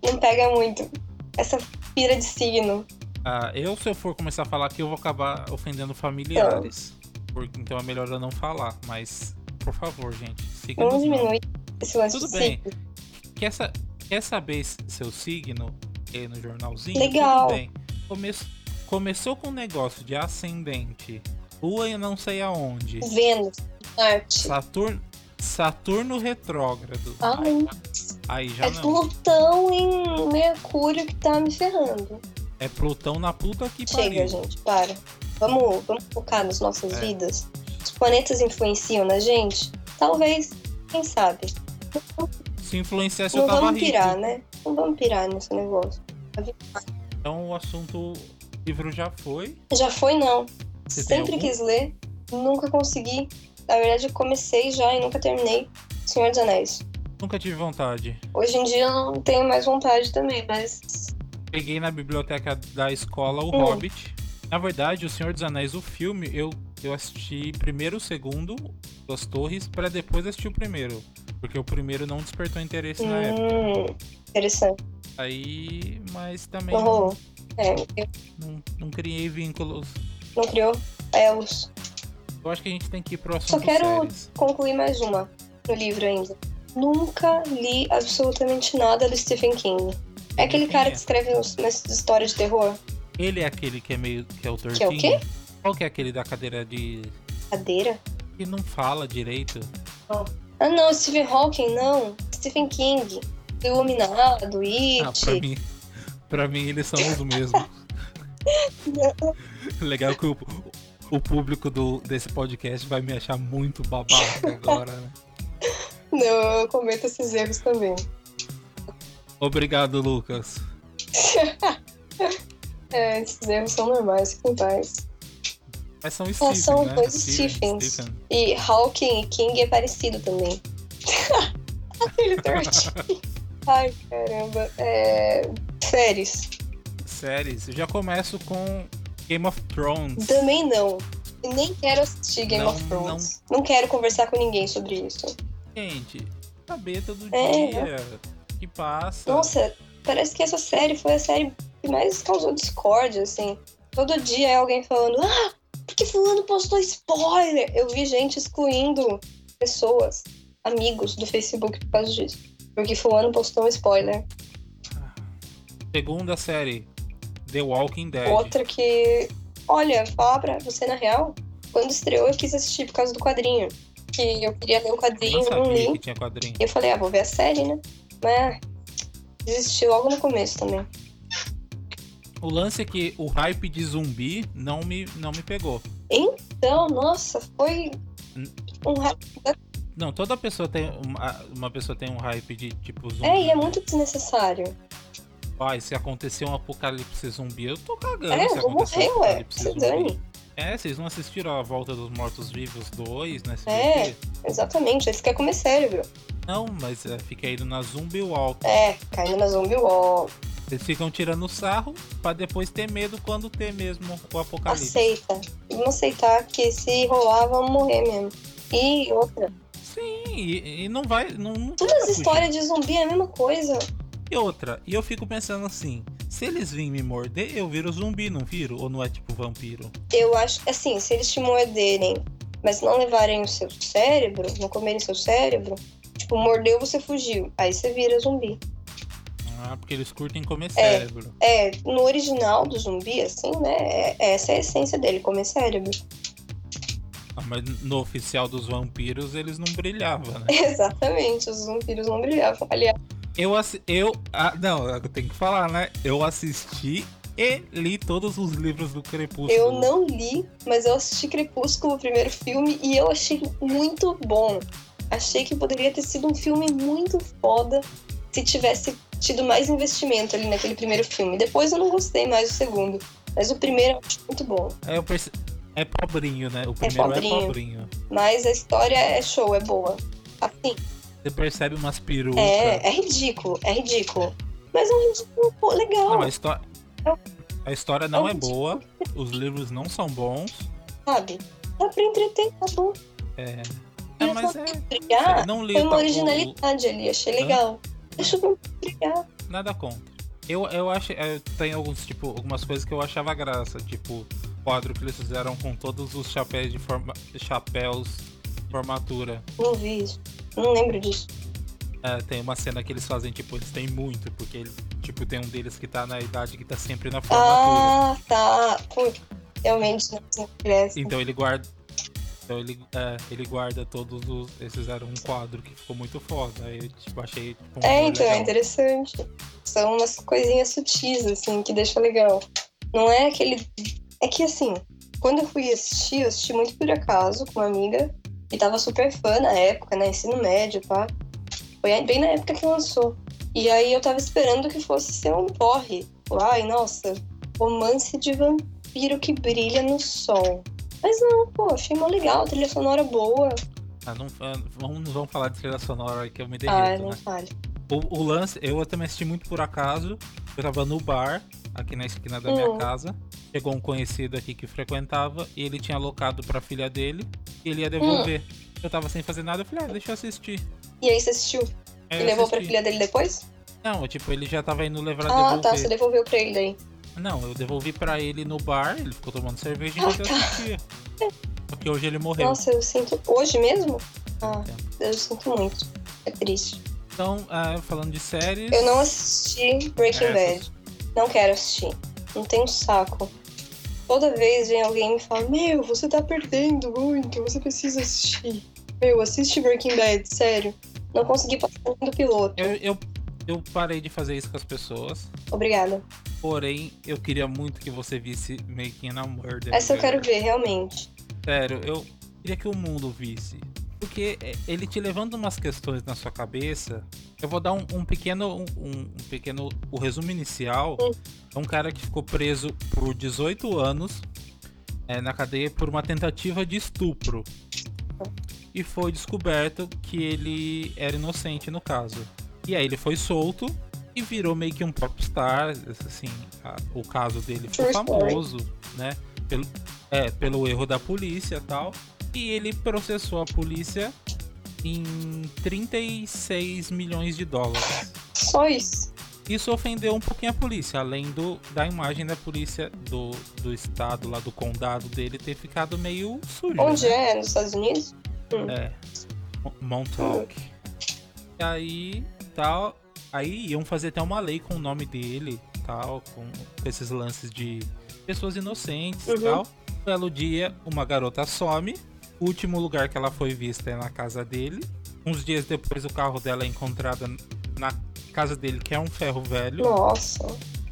A: não pega muito. Essa pira de signo.
B: Ah, eu, se eu for começar a falar aqui, eu vou acabar ofendendo familiares. Por- então é melhor eu não falar, mas, por favor, gente, siga
A: Não
B: nos nomes.
A: diminui esse lance
B: Tudo
A: de
B: bem.
A: signo.
B: Quer, sa- quer saber s- seu signo aí no jornalzinho?
A: Legal.
B: Tudo bem. Come- começou com um negócio de ascendente, lua e não sei aonde,
A: Vênus, Marte.
B: Saturno, Saturno retrógrado.
A: Ai,
B: Aí já
A: é
B: não.
A: Plutão em Mercúrio que tá me ferrando.
B: É Plutão na puta que
A: Chega,
B: pariu.
A: gente, para. Vamos, vamos focar nas nossas
B: É.
A: vidas. Os planetas influenciam na gente? Talvez, quem sabe.
B: Se tá influenciasse, eu
A: Não
B: tava
A: vamos
B: rico.
A: pirar, né? Não vamos pirar nesse negócio.
B: Então o assunto livro já foi.
A: Já foi, não.
B: Você tem
A: Sempre
B: algum?
A: quis ler, nunca consegui. Na verdade, eu comecei já e nunca terminei. Senhor dos Anéis.
B: Nunca tive vontade.
A: Hoje em dia eu não tenho mais vontade também, mas
B: Peguei na biblioteca da escola O
A: Hum.
B: Hobbit. Na verdade, O Senhor dos Anéis, o filme, eu, eu assisti primeiro o segundo, Duas Torres, pra depois assistir o primeiro. Porque o primeiro não despertou interesse na época.
A: Hum, interessante.
B: Aí, mas também
A: Não
B: não,
A: rolou. É, eu
B: não, criei vínculos.
A: não criou elos.
B: Eu acho que a gente tem que ir pro assunto
A: Só quero-
B: séries.
A: Concluí mais uma no livro ainda. Nunca li absolutamente nada do Stephen King. É aquele
B: Quem
A: cara
B: é?
A: que escreve uns- umas histórias de terror?
B: Ele é aquele que é meio que é o
A: é o
B: tortinho.
A: quê?
B: Qual que é aquele da cadeira de...
A: Cadeira?
B: que não fala direito?
A: Ah, não, Stephen Hawking, não. Stephen King. Do Iluminado, It.
B: Ah, pra mim, pra mim eles são os mesmos. Legal que o, o público do, desse podcast vai me achar muito babaca agora, né?
A: Não, eu cometo esses erros também.
B: Obrigado, Lucas.
A: É, esses erros são normais, fiquem em paz.
B: Mas são
A: Ah,
B: Stephen,
A: são
B: né?
A: dois
B: Steven,
A: Stephens.
B: Stephen.
A: E Hawking e King é parecido também. Aquele tortinho. Ai, caramba. É... Séries.
B: Séries. Eu já começo com Game of Thrones.
A: Também não. E nem quero assistir Game
B: Não,
A: of Thrones. Não. quero conversar com ninguém sobre isso.
B: Gente, saber todo
A: É.
B: dia que passa.
A: Nossa, parece que essa série foi a série que mais causou discórdia, assim. Todo dia é alguém falando, ah, porque fulano postou spoiler? Eu vi gente excluindo pessoas, amigos do Facebook por causa disso. Porque fulano postou um spoiler.
B: Segunda série, The Walking Dead.
A: Outra que, olha, falar pra você na real, quando estreou eu quis assistir por causa do quadrinho. Que eu queria ler o
B: Eu
A: quadrinho,
B: nem
A: não
B: sabia
A: li.
B: que tinha quadrinho.
A: E eu falei, ah, vou ver a série, né? Mas desisti logo no começo também.
B: O lance é que o hype de zumbi não me, não me pegou.
A: Então, nossa, foi um ra-
B: Não, toda pessoa tem. Uma, uma pessoa tem um hype de tipo zumbi.
A: É, e é muito desnecessário.
B: Ai, se acontecer um apocalipse zumbi, eu tô cagando.
A: É,
B: se
A: eu vou
B: acontecer um
A: morrer, ué.
B: apocalipse
A: Se
B: zumbi.
A: dane.
B: É, vocês não assistiram a Volta dos Mortos Vivos 2, né?
A: É. Exatamente, esse quer comer cérebro.
B: Não, mas é, fica indo na Zumbi Walk.
A: É, caindo na zombie wall.
B: Eles ficam tirando sarro pra depois ter medo quando ter mesmo o apocalipse.
A: Aceita. Vamos aceitar que se rolar, vamos morrer mesmo. E outra.
B: Sim, e, e não vai. Não, não dá
A: Todas as
B: pra fugir.
A: histórias de zumbi é a mesma coisa.
B: E outra, e eu fico pensando assim: se eles virem me morder, eu viro zumbi, não viro? Ou não é tipo vampiro?
A: Eu acho que, assim, se eles te morderem, mas não levarem o seu cérebro, não comerem seu cérebro, tipo, mordeu, você fugiu. Aí você vira zumbi.
B: Ah, porque eles curtem comer cérebro.
A: É, no original do zumbi, assim, né? é- essa é a essência dele, comer cérebro.
B: Ah, mas no oficial dos vampiros eles não brilhavam, né?
A: Exatamente, os vampiros não brilhavam. Aliás,
B: Eu assi- eu ah, não, eu tenho que falar, né? Eu assisti e li todos os livros do Crepúsculo. né?
A: eu não li, mas eu assisti Crepúsculo, o primeiro filme, e eu achei muito bom. Achei que poderia ter sido um filme muito foda se tivesse tido mais investimento ali naquele primeiro filme. Depois eu não gostei mais do segundo, mas o primeiro eu acho muito bom.
B: É, eu perce- é pobrinho, né? O primeiro é pobrinho.
A: pobrinho. Mas a história é show, é boa. Assim,
B: Você percebe umas perucas.
A: é, é ridículo, é ridículo. Mas é um ridículo pô, legal.
B: Não, a história. A história não
A: É
B: é
A: um-
B: boa, os livros não são bons.
A: sabe? Dá pra entreter, tá bom.
B: É,
A: Eu
B: é mas
A: só
B: é.
A: Brigar
B: não li tá
A: foi
B: o-
A: uma originalidade ali, achei
B: Hã?
A: legal. Acho que não pode brigar.
B: Nada contra. Eu, eu acho. é, tem alguns, tipo, algumas coisas que eu achava graça, tipo, o quadro que eles fizeram com todos os chapéus de forma. chapéus de formatura.
A: Não vi isso. Não lembro disso.
B: É, tem uma cena que eles fazem, tipo, eles têm muito, porque ele, tipo, tem um deles que tá na idade que tá sempre na formatura.
A: Ah, tá. Putz, realmente não se interessa.
B: Então ele guarda. Então ele, é, ele guarda todos os. Eles fizeram um quadro que ficou muito foda. Aí eu tipo, achei tipo, um
A: É,
B: humor
A: então, é
B: legal.
A: interessante. São umas coisinhas sutis, assim, que deixa legal. Não é aquele. É que, assim, quando eu fui assistir, eu assisti muito por acaso com uma amiga, que tava super fã na época, né? Ensino médio, pá. Foi aí- bem na época que lançou. E aí eu tava esperando que fosse ser um porre. Tipo, Ai, nossa, romance de vampiro que brilha no sol. Mas não, pô, achei mó legal, trilha sonora boa.
B: Ah, não, ah, vamos, não vamos falar de trilha sonora aí que eu me derrito,
A: Ai, Ah, não
B: né?
A: fale.
B: O, o lance, eu também assisti muito por acaso. Eu tava no bar, aqui na esquina da minha
A: Hum.
B: casa. Chegou um conhecido aqui que frequentava e ele tinha alocado pra filha dele e ele ia devolver.
A: Hum.
B: Eu tava sem fazer nada, eu falei, ah, deixa eu assistir.
A: E aí você assistiu?
B: Aí
A: e
B: É, eu
A: levou pra
B: assisti.
A: filha dele depois?
B: Não, tipo, ele já tava indo levar
A: Ah,
B: devolver.
A: tá, você devolveu pra ele daí.
B: Não, eu devolvi pra ele no bar, ele ficou tomando cerveja
A: Ah,
B: enquanto eu assistia. Porque hoje ele morreu.
A: Nossa, eu sinto. Hoje mesmo? Ah,
B: É.
A: eu sinto muito. É triste.
B: Então, ah, falando de séries.
A: Eu não assisti Breaking Bad.
B: Essas.
A: Não quero assistir. Não tenho um saco. Toda vez vem alguém e me fala: Meu, você tá perdendo muito, você precisa assistir. Meu, assiste Breaking Bad, sério. Não consegui passar do piloto.
B: Eu, eu, eu parei de fazer isso com as pessoas.
A: Obrigada.
B: Porém, eu queria muito que você visse Making a Murder.
A: Essa eu
B: velho.
A: quero ver, realmente.
B: Sério, eu queria que o mundo visse. Porque é, ele te levando umas questões na sua cabeça. Eu vou dar um, um pequeno. Um, um- um pequeno. O resumo inicial
A: Hum.
B: é um cara que ficou preso por 18 anos é, na cadeia por uma tentativa de estupro. E foi descoberto que ele era inocente no caso. E aí ele foi solto e virou meio que um popstar. Assim, a- o caso dele ficou
A: True story.
B: famoso, né? Pelo, é, pelo erro da polícia e tal. E ele processou a polícia em 36 milhões de dólares.
A: Só isso.
B: Isso ofendeu um pouquinho a polícia, além do, da imagem da polícia do, do estado, lá do condado dele, ter ficado meio sujo.
A: Onde
B: né?
A: é? Nos Estados Unidos?
B: É. Mo- Montauk. E aí, tal. Aí iam fazer até uma lei com o nome dele, tal, com esses lances de pessoas inocentes e
A: Uhum.
B: tal. Belo dia, uma garota some. O último lugar que ela foi vista é na casa dele. Uns dias depois, o carro dela é encontrada na casa dele, que é um ferro velho.
A: Nossa.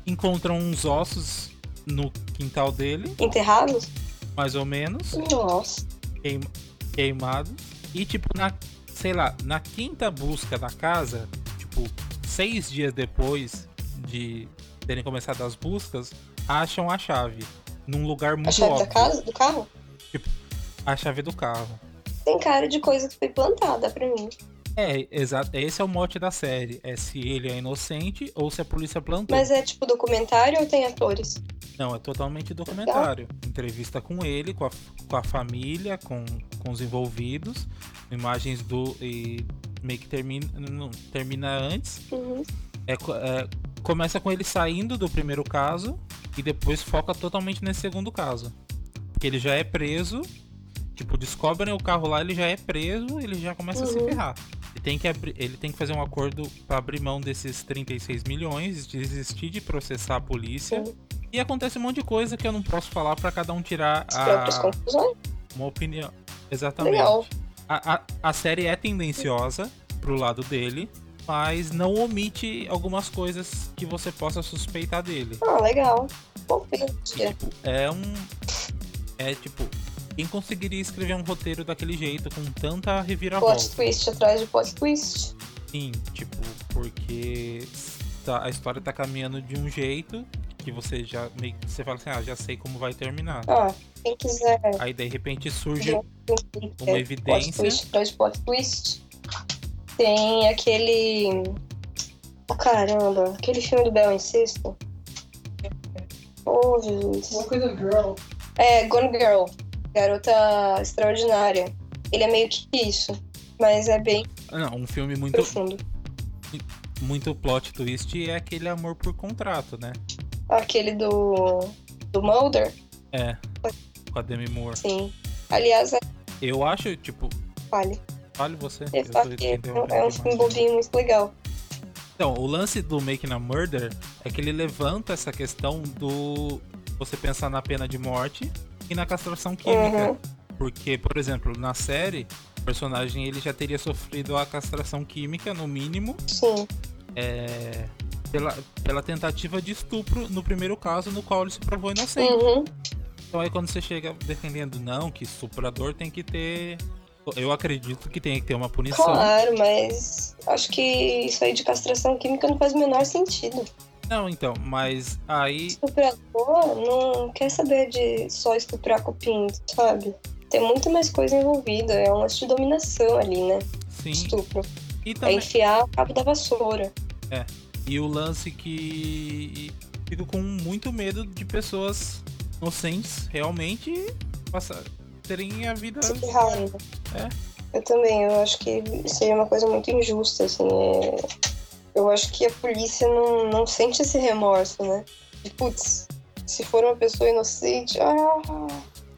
B: Encontram uns ossos no quintal dele,
A: Enterrados?
B: mais ou menos
A: Nossa.
B: queim- queimados. E, tipo, na, sei lá, na quinta busca da casa, tipo, seis dias depois de terem começado as buscas, acham a chave. num lugar muito
A: A chave da
B: óbvio.
A: casa, do carro?
B: A chave do carro.
A: Tem cara de coisa que foi plantada pra mim.
B: É, exato. Esse é o mote da série. É se ele é inocente ou se a polícia plantou.
A: Mas é tipo documentário ou tem atores?
B: Não, é totalmente documentário. Entrevista com ele, com a, com a família, com, com os envolvidos, imagens do. E meio que termina, não, termina antes.
A: Uhum.
B: É, co- é, começa com ele saindo do primeiro caso e depois foca totalmente nesse segundo caso. Porque ele já é preso, tipo, descobrem o carro lá, ele já é preso, ele já começa a se
A: Uhum.
B: ferrar. Ele tem, que abrir- ele tem que fazer um acordo pra abrir mão desses 36 milhões, desistir de processar a polícia.
A: Sim.
B: E acontece um monte de coisa que eu não posso falar pra cada um tirar
A: As próprias
B: a,
A: conclusões?
B: uma opinião. Exatamente.
A: Legal.
B: A, a, a série é tendenciosa pro lado dele, mas não omite algumas coisas que você possa suspeitar dele.
A: Ah, legal.
B: E,
A: Confia.
B: tipo, é um. É tipo. Quem conseguiria escrever um roteiro daquele jeito, com tanta reviravolta?
A: Plot twist atrás de plot twist.
B: Sim, tipo, porque tá- a história tá caminhando de um jeito que você já meio que você fala assim, ah, já sei como vai terminar.
A: Ah, quem quiser
B: Aí de repente surge
A: ver um
B: uma
A: filme, é, plot
B: evidência.
A: twist atrás de plot twist. Tem aquele. Oh, caramba, aquele filme do Bel Incesto. Oh, Jesus.
C: Uma coisa girl.
A: É, Gone Girl, Garota Extraordinária. Ele é meio que isso, mas é bem
B: Não, um filme muito,
A: profundo.
B: muito plot twist é aquele amor por contrato, né?
A: Aquele do, do Mulder,
B: É. Com a Demi Moore.
A: sim. Aliás, é
B: Eu acho, tipo,
A: falha.
B: fale você.
A: Eu
B: eu tô
A: falo que é um-
B: interrompendo
A: é um
B: demais.
A: filme bobinho muito legal.
B: Então, o lance do Making a Murder é que ele levanta essa questão do você pensar na pena de morte e na castração química.
A: Uhum.
B: Porque, por exemplo, na série, o personagem ele já teria sofrido a castração química, no mínimo,
A: Sim,
B: é, pela, pela tentativa de estupro no primeiro caso, no qual ele se provou inocente.
A: uhum.
B: Então aí quando você chega defendendo, não, que estuprador tem que ter. Eu acredito que tem que ter uma punição.
A: claro, mas acho que isso aí de castração química não faz o menor sentido.
B: Não, então, mas aí.
A: Estuprador não quer saber de só estuprar copinho, sabe? Tem muito mais coisa envolvida, é um lance de dominação ali, né?
B: Sim.
A: Estupro.
B: E
A: É
B: também.
A: enfiar o cabo da vassoura.
B: E o lance que. Fico com muito medo de pessoas inocentes realmente passar, terem a vida.
A: se ferrar né? ainda. Eu também, eu acho que seria uma coisa muito injusta, assim. é- Eu acho que a polícia não, não sente esse remorso, né? De, putz, se for uma pessoa inocente, ah,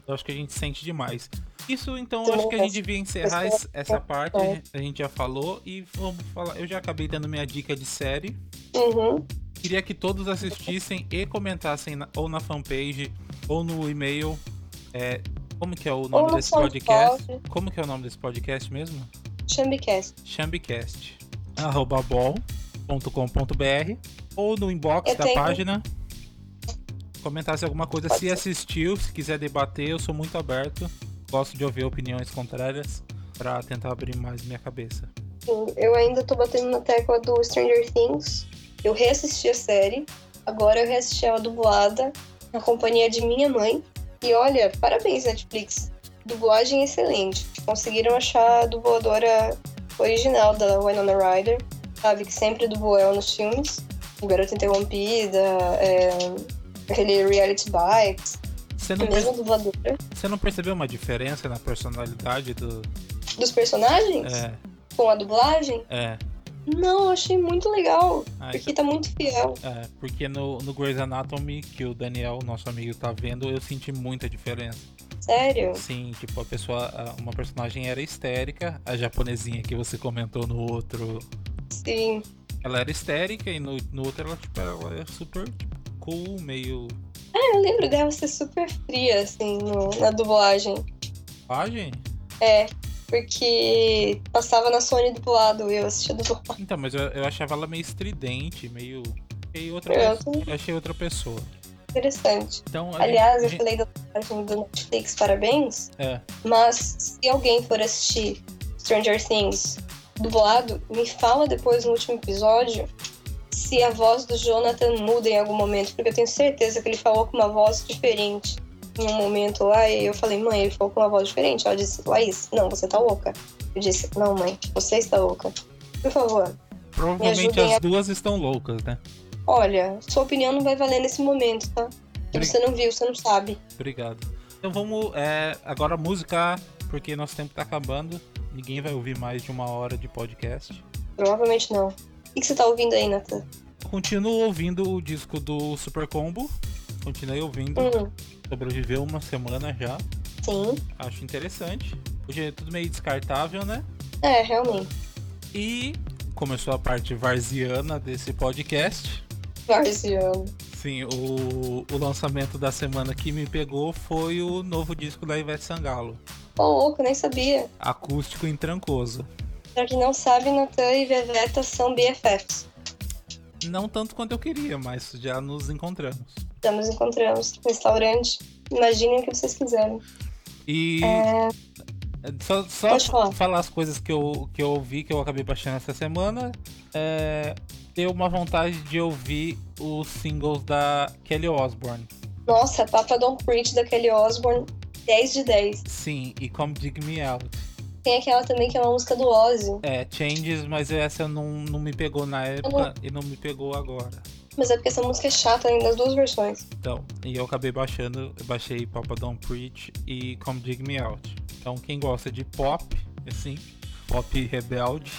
B: Eu acho que a gente sente demais. Isso então eu
A: Também
B: acho que a gente
A: acho.
B: devia encerrar
A: Pessoa-
B: es- essa parte.
A: É.
B: A gente já falou e vamos falar. Eu já acabei dando minha dica de série.
A: uhum,
B: Queria que todos assistissem e comentassem na- ou na fanpage ou no e-mail. É, como que é o nome
A: no
B: desse
A: SoundCloud.
B: podcast? Como que é o nome desse podcast mesmo?
A: Chambicast.
B: Chambicast. Arroba bol.com.br ou no inbox
A: Eu
B: da
A: tenho- um-
B: página. Comentasse alguma coisa,
A: Pode
B: se
A: ser.
B: assistiu, se quiser debater, eu sou muito aberto. Gosto de ouvir opiniões contrárias pra tentar abrir mais minha cabeça.
A: Sim, Eu ainda tô batendo na tecla do Stranger Things. Eu reassisti a série, agora eu reassisti ela dublada, na companhia de minha mãe. E olha, parabéns, Netflix. Dublagem excelente. Conseguiram achar a dubladora original da Winona Ryder, sabe? Que sempre dublou ela nos filmes. O Garota Interrompida, é, aquele Reality Bites,
B: Você
A: a
B: não,
A: mesma
B: perce-
A: dubladora.
B: você não percebeu uma diferença na personalidade do.
A: Dos personagens?
B: É,
A: Com a dublagem?
B: é.
A: Não, eu achei muito legal.
B: Ah,
A: Porque tá muito fiel.
B: É, porque no, no Grey's Anatomy, que o Daniel, nosso amigo, tá vendo, eu senti muita diferença.
A: Sério?
B: Sim, tipo, a pessoa, a- uma personagem era histérica, a japonesinha que você comentou no outro,
A: Sim.
B: ela era histérica, e no, no outro ela, tipo, ela é super tipo, cool, meio
A: Ah, eu lembro dela ser super fria, assim, no- na dublagem.
B: página.
A: É, porque passava na Sony dublado e eu assistia dublado.
B: Então, mas eu, eu achava ela meio estridente, meio. Achei outra,
A: Eu
B: pessoa, achei outra pessoa.
A: Interessante.
B: Então, a
A: Aliás, eu
B: gente-
A: falei da dublagem do Netflix, parabéns.
B: É.
A: Mas se alguém for assistir Stranger Things dublado, me fala depois no último episódio se a voz do Jonathan muda em algum momento, porque eu tenho certeza que ele falou com uma voz diferente em um momento lá, e eu falei, mãe, ele falou com uma voz diferente. Ela disse, Laís, não, você tá louca. Eu disse, não, mãe, você está louca. Por favor.
B: Provavelmente
A: ajudem
B: as
A: a-
B: duas estão loucas, né?
A: Olha, sua opinião não vai valer nesse momento, tá? Porque
B: Bri-
A: você não viu, você não sabe.
B: Obrigado. Então vamos é, agora música, porque nosso tempo tá acabando. Ninguém vai ouvir mais de uma hora de podcast.
A: Provavelmente não. O que que você tá ouvindo aí, Nathan?
B: Continuo ouvindo o disco do Super Combo. Continuei ouvindo.
A: Hum,
B: Sobreviveu uma semana já.
A: sim.
B: Acho interessante. Hoje é tudo meio descartável, né?
A: É, realmente.
B: E começou a parte varziana desse podcast.
A: Varziano.
B: Sim, o, o lançamento da semana que me pegou foi o novo disco da Ivete Sangalo,
A: Ô, louco, nem sabia.
B: Acústico em Trancoso.
A: Pra quem não sabe, Natan e Veveta são BFFs.
B: Não tanto quanto eu queria, mas já nos encontramos.
A: Já nos encontramos no restaurante. Imaginem o que vocês quiserem.
B: E
A: É,
B: só, só
A: Pode falar.
B: falar as coisas que eu, que eu ouvi, que eu acabei baixando essa semana, é, deu uma vontade de ouvir os singles da Kelly Osbourne.
A: nossa, Papa Don't Preach da Kelly Osbourne, 10 de 10.
B: Sim, e Come Dig Me Out.
A: Tem aquela também que é uma música do Ozzy,
B: É, Changes, mas essa não, não me pegou na época e não me pegou agora.
A: mas é porque essa música é chata ainda, as duas versões.
B: Então, e eu acabei baixando, eu baixei Papa Don't Preach e Come Dig Me Out. Então, quem gosta de pop, assim, pop rebelde,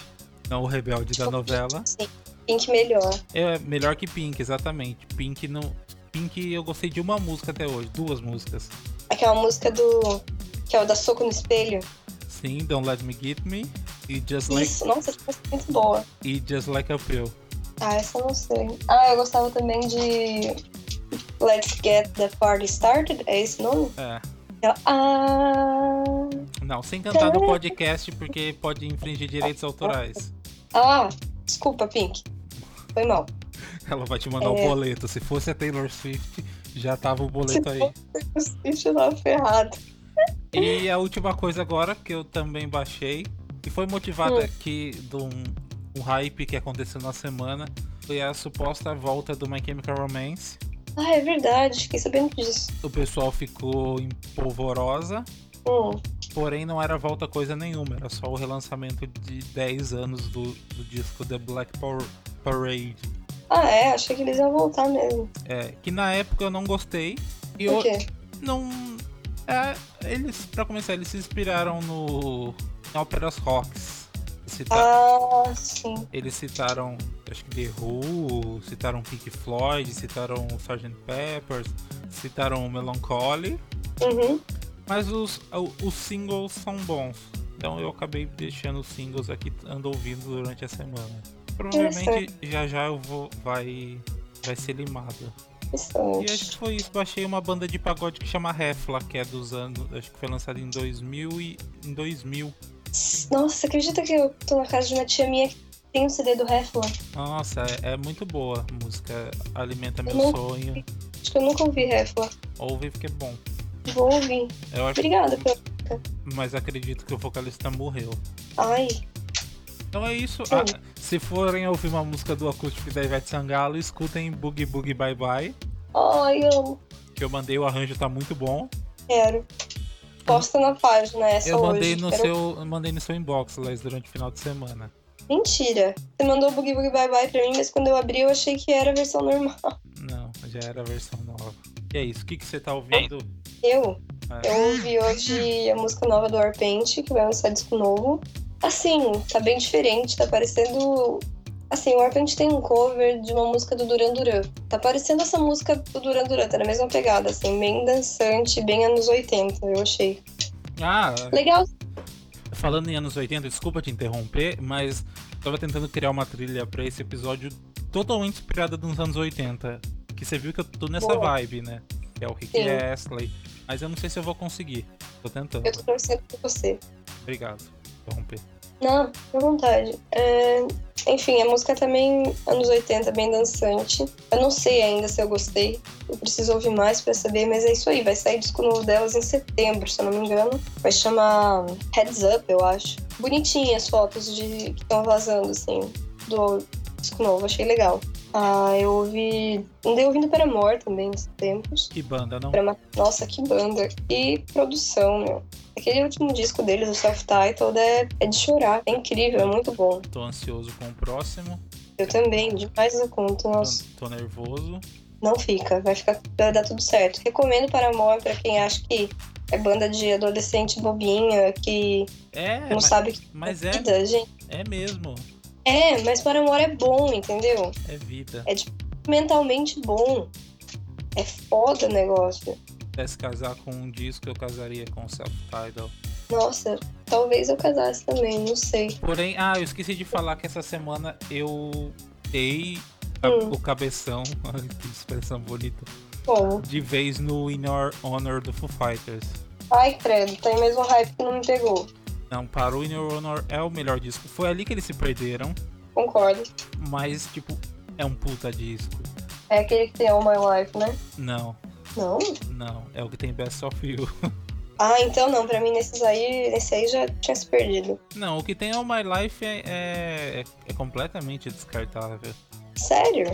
B: não o rebelde da novela,
A: Sim. Pink melhor.
B: é melhor que Pink, exatamente. Pink não. Pink eu gostei de uma música até hoje, duas músicas.
A: Aquela música do. que é o da Soco no Espelho.
B: Sim, Don't Let Me Get Me e Just Like,
A: Isso, nossa, essa música é muito boa.
B: e Just like a Pill.
A: Ah, essa eu não sei. Ah, eu gostava também de. Let's Get the Party Started, é esse o nome?
B: É.
A: Ela- Ah.
B: Não, sem cantar no podcast porque pode infringir direitos autorais.
A: Ah, desculpa, Pink. Foi mal.
B: Ela vai te mandar o
A: É.
B: boleto. Se fosse a Taylor Swift, já tava o boleto aí.
A: Isso tava ferrado.
B: E a última coisa agora que eu também baixei, e foi
A: Hum.
B: motivada aqui de um, um hype que aconteceu na semana, foi a suposta volta do My Chemical Romance.
A: Ah, é verdade, fiquei sabendo disso.
B: O pessoal ficou em polvorosa,
A: Hum,
B: porém não era volta coisa nenhuma, era só o relançamento de 10 anos do, do disco The Black Par- Parade.
A: Ah, é, achei que eles iam voltar mesmo.
B: É, que na época eu não gostei. E
A: Por
B: hoje
A: quê?
B: não. É, eles, pra começar, eles se inspiraram no. em óperas rocks. Cita-
A: Ah, sim.
B: Eles citaram, acho que The Who, citaram Pink Floyd, citaram Sgt. Peppers, citaram Melancholy,
A: Uhum.
B: mas os, o- os singles são bons. Então eu acabei deixando os singles aqui, ando ouvindo durante a semana. Provavelmente já já eu vou, vai, vai ser limado. E acho
A: Interessante.
B: que foi isso, baixei uma banda de pagode que chama Refla, que é dos anos, acho que foi lançada em 2000 e em 2000.
A: Nossa, você acredita que eu tô na casa de uma tia minha que tem um CD do Hefla?
B: Nossa, é, é muito boa a música, alimenta meu
A: Não.
B: sonho.
A: Acho que eu nunca ouvi Hefla.
B: Ouve porque é bom.
A: Vou ouvir.
B: Eu acho,
A: Obrigada pelo.
B: mas acredito que o vocalista morreu.
A: Ai,
B: Então é isso.
A: Sim.
B: Ah, se forem ouvir uma música do acústico da Ivete Sangalo, escutem Boogie Boogie Bye Bye,
A: ai, amo.
B: que eu mandei, o arranjo tá muito bom.
A: Quero. Posta na página essa
B: Eu mandei
A: hoje.
B: no
A: Quero-
B: seu, eu mandei no seu inbox, Laís, durante o final de semana.
A: Mentira. Você mandou o Boogie Boogie Bye Bye pra mim, mas quando eu abri eu achei que era a versão normal.
B: Não, já era a versão nova. E é isso, o que, que você tá ouvindo?
A: Eu?
B: É.
A: Eu ouvi hoje a música nova do Arpente, que vai lançar disco novo. Assim, tá bem diferente, tá parecendo. Assim, o Arpente tem um cover de uma música do Duran Duran. Tá parecendo essa música do Duran Duran, tá na mesma pegada, assim, bem dançante, bem anos 80, eu achei.
B: Ah,
A: Legal.
B: falando em anos 80, desculpa te interromper, mas tava tentando criar uma trilha pra esse episódio totalmente inspirada nos anos 80. Que você viu que eu tô nessa
A: Boa.
B: vibe, né? Que é o Rick
A: Sim.
B: Astley. Mas eu não sei se eu vou conseguir. Tô tentando.
A: Eu tô torcendo por você.
B: Obrigado. Interromper.
A: Não, fica à vontade. É, Enfim, a música é também anos 80, bem dançante. Eu não sei ainda se eu gostei. Eu preciso ouvir mais pra saber, mas é isso aí. Vai sair disco novo delas em setembro, se eu não me engano. Vai chamar Heads Up, eu acho. Bonitinhas fotos de que estão vazando, assim, do disco novo. Achei legal. Ah, eu ouvi. Andei ouvindo para Paramore também nos tempos.
B: Que banda, não?
A: Paramore- Nossa, que banda. E produção, meu. Aquele último disco deles, o self-titled, é, é de chorar. É incrível, é muito bom.
B: Tô ansioso com o próximo.
A: Eu também, demais da conta.
B: Tô,
A: Nossa,
B: tô nervoso.
A: não fica. Vai ficar, vai dar tudo certo. Recomendo Paramore pra quem acha que é banda de adolescente bobinha, que
B: É,
A: não
B: mas,
A: sabe o que
B: mas
A: é
B: é,
A: vida, gente.
B: é mesmo.
A: É, mas Paramore é bom, entendeu?
B: É vida.
A: Mentalmente bom. É foda o negócio.
B: Se pudesse casar com um disco, eu casaria com o self-title.
A: Nossa, talvez eu casasse também, não sei.
B: Porém, ah, eu esqueci de falar que essa semana eu dei a-
A: Hum.
B: o cabeção, Ai, que expressão bonita,
A: Como?
B: de vez no In Your Honor do Foo Fighters.
A: Ai, credo, tem mesmo um hype que não me pegou.
B: Não, para o In Your Honor é o melhor disco. Foi ali que eles se perderam,
A: Concordo.
B: mas, tipo, é um puta disco.
A: É aquele que tem All My Life, né?
B: Não,
A: Não?
B: não, é o que tem Best of You.
A: Ah, então não, pra mim nesses aí, nesse aí já tinha se perdido.
B: Não, o que tem All My Life é, é, é completamente descartável.
A: Sério?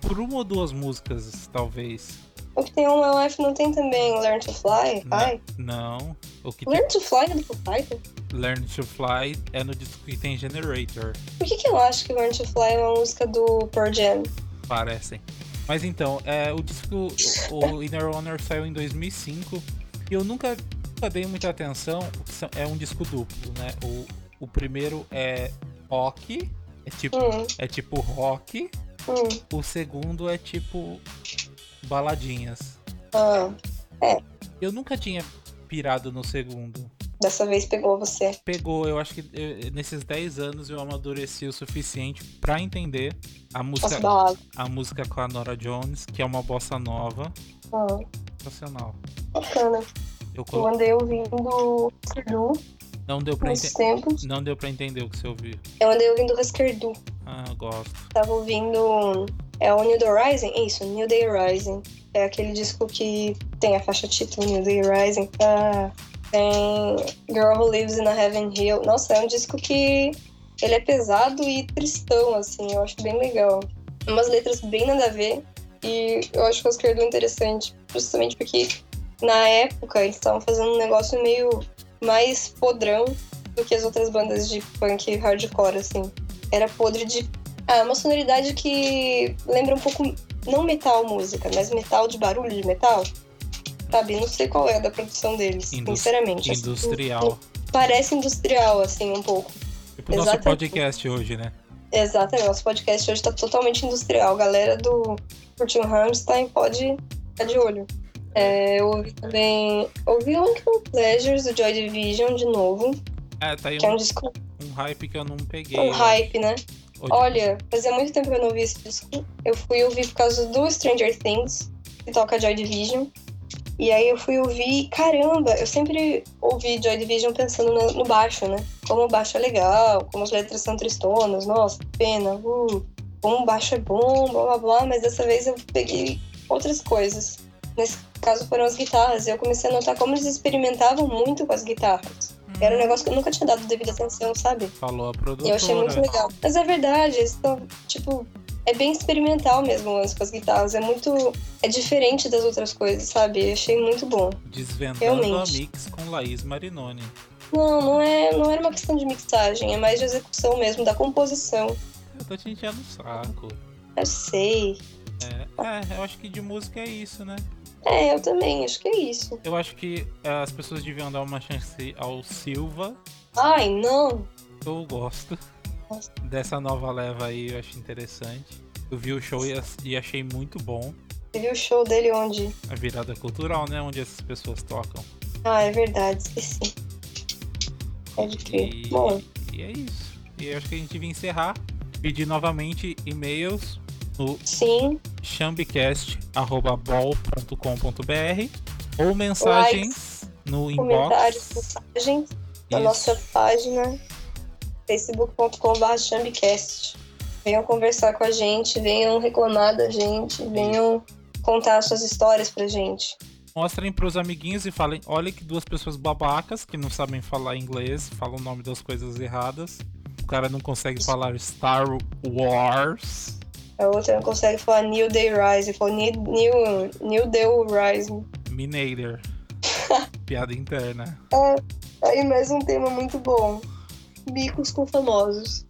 B: Por uma ou duas músicas, talvez.
A: O que tem All My Life não tem também Learn to Fly?
B: Não.
A: Ai,
B: Não. O que tem
A: Learn to Fly é do Foo Fighters?
B: Learn to Fly é no disco que tem Generator.
A: Por que, que eu acho que Learn to Fly é uma música do Pearl Jam?
B: Parecem. Mas então, é, o disco o Inner Honor saiu em 2005 e eu nunca, nunca dei muita atenção. porque são- É um disco duplo, né? O, o primeiro é rock, é tipo,
A: Hum,
B: é tipo rock.
A: hum.
B: O segundo é tipo baladinhas.
A: Ah,
B: Eu nunca tinha pirado no segundo.
A: dessa vez pegou você.
B: Pegou, eu acho que eh, nesses 10 anos eu amadureci o suficiente pra entender a
A: As
B: música,
A: baladas.
B: a música com a Nora Jones, que é uma bossa nova.
A: Ah,
B: Sensacional.
A: bacana.
B: Eu colo-
A: Eu andei ouvindo Cru
B: Não deu pra
A: nesses
B: entender.
A: tempos.
B: Não deu pra entender o que você ouviu.
A: Eu andei ouvindo Husker Du.
B: Ah, gosto.
A: Tava ouvindo. É o New Day Rising? Isso, New Day Rising. É aquele disco que tem a faixa título New Day Rising. Ah, tem Girl Who Lives in a Heaven Hill. Nossa, é um disco que. Ele é pesado e tristão, assim. Eu acho bem legal. Umas letras bem nada a ver. E eu acho que o Oscar do interessante, justamente porque na época eles estavam fazendo um negócio meio mais podrão do que as outras bandas de punk hardcore, assim. Era podre de ah, é uma sonoridade que lembra um pouco, não metal música, mas metal de barulho de metal. Sabe, não sei qual é da produção deles,
B: Indus-
A: sinceramente. Assim,
B: Industrial.
A: Parece industrial, assim, um pouco.
B: Tipo o nosso
A: Exatamente.
B: podcast hoje, né?
A: Exatamente, nosso podcast hoje tá totalmente industrial. Galera do Curtin Hamstein pode ficar de olho. É, eu ouvi também. Ouvi Uncle Pleasures do Joy Division de novo,
B: É, tá aí
A: que é um
B: um,
A: disco
B: um hype que eu não peguei.
A: com hype, né?
B: Hoje-
A: Olha, fazia muito tempo que eu não ouvi esse disco. Eu fui ouvir por causa do Stranger Things, que toca Joy Division. E aí eu fui ouvir, e, caramba, eu sempre ouvi Joy Division pensando no, no baixo, né? Como o baixo é legal, como as letras são tristonas, nossa, que pena, uh, como o baixo é bom, blá blá blá, mas dessa vez eu peguei outras coisas. Nesse caso foram as guitarras, e eu comecei a notar como eles experimentavam muito com as guitarras. Era um negócio que eu nunca tinha dado devida atenção, sabe?
B: Falou a
A: E
B: produtora.
A: eu achei muito legal. Mas é verdade, eles estão, tipo, é bem experimental mesmo o lance com as guitarras. É muito. É diferente das outras coisas, sabe? Eu achei muito bom.
B: Desvendando
A: Realmente.
B: a Mix com Laís Marinoni.
A: Não, não é, não era uma questão de mixagem, é mais de execução mesmo, da composição.
B: Eu tô te enchendo o saco.
A: Eu sei. Ah.
B: É, é, eu acho que de música é isso, né?
A: É, eu também, acho que é isso.
B: Eu acho que é, as pessoas deviam dar uma chance ao Silva.
A: Ai, não.
B: Eu gosto
A: Nossa.
B: dessa nova leva aí, eu acho interessante. Eu vi o show e, as- e achei muito bom.
A: Você viu o show dele onde?
B: A virada cultural, né? Onde essas pessoas tocam.
A: Ah, é verdade, esqueci. Pode crer.
B: E,
A: Bom,
B: e é isso. E eu acho que a gente devia encerrar. Pedir novamente e-mails no
A: sim,
B: chambicast.com.br ou mensagens no
A: comentários,
B: inbox.
A: mensagens. na
B: Isso.
A: nossa página facebook.com.br chambicast. Venham conversar com a gente, venham reclamar da gente, venham contar suas histórias pra gente.
B: Mostrem pros amiguinhos e falem: olha que duas pessoas babacas que não sabem falar inglês, falam o nome das coisas erradas. O cara não consegue falar Star Wars.
A: A outra não consegue falar New Day Rise. Falou New, new, new Day Rise.
B: Minator. Piada interna.
A: É, aí mais um tema muito bom. Bicos com famosos.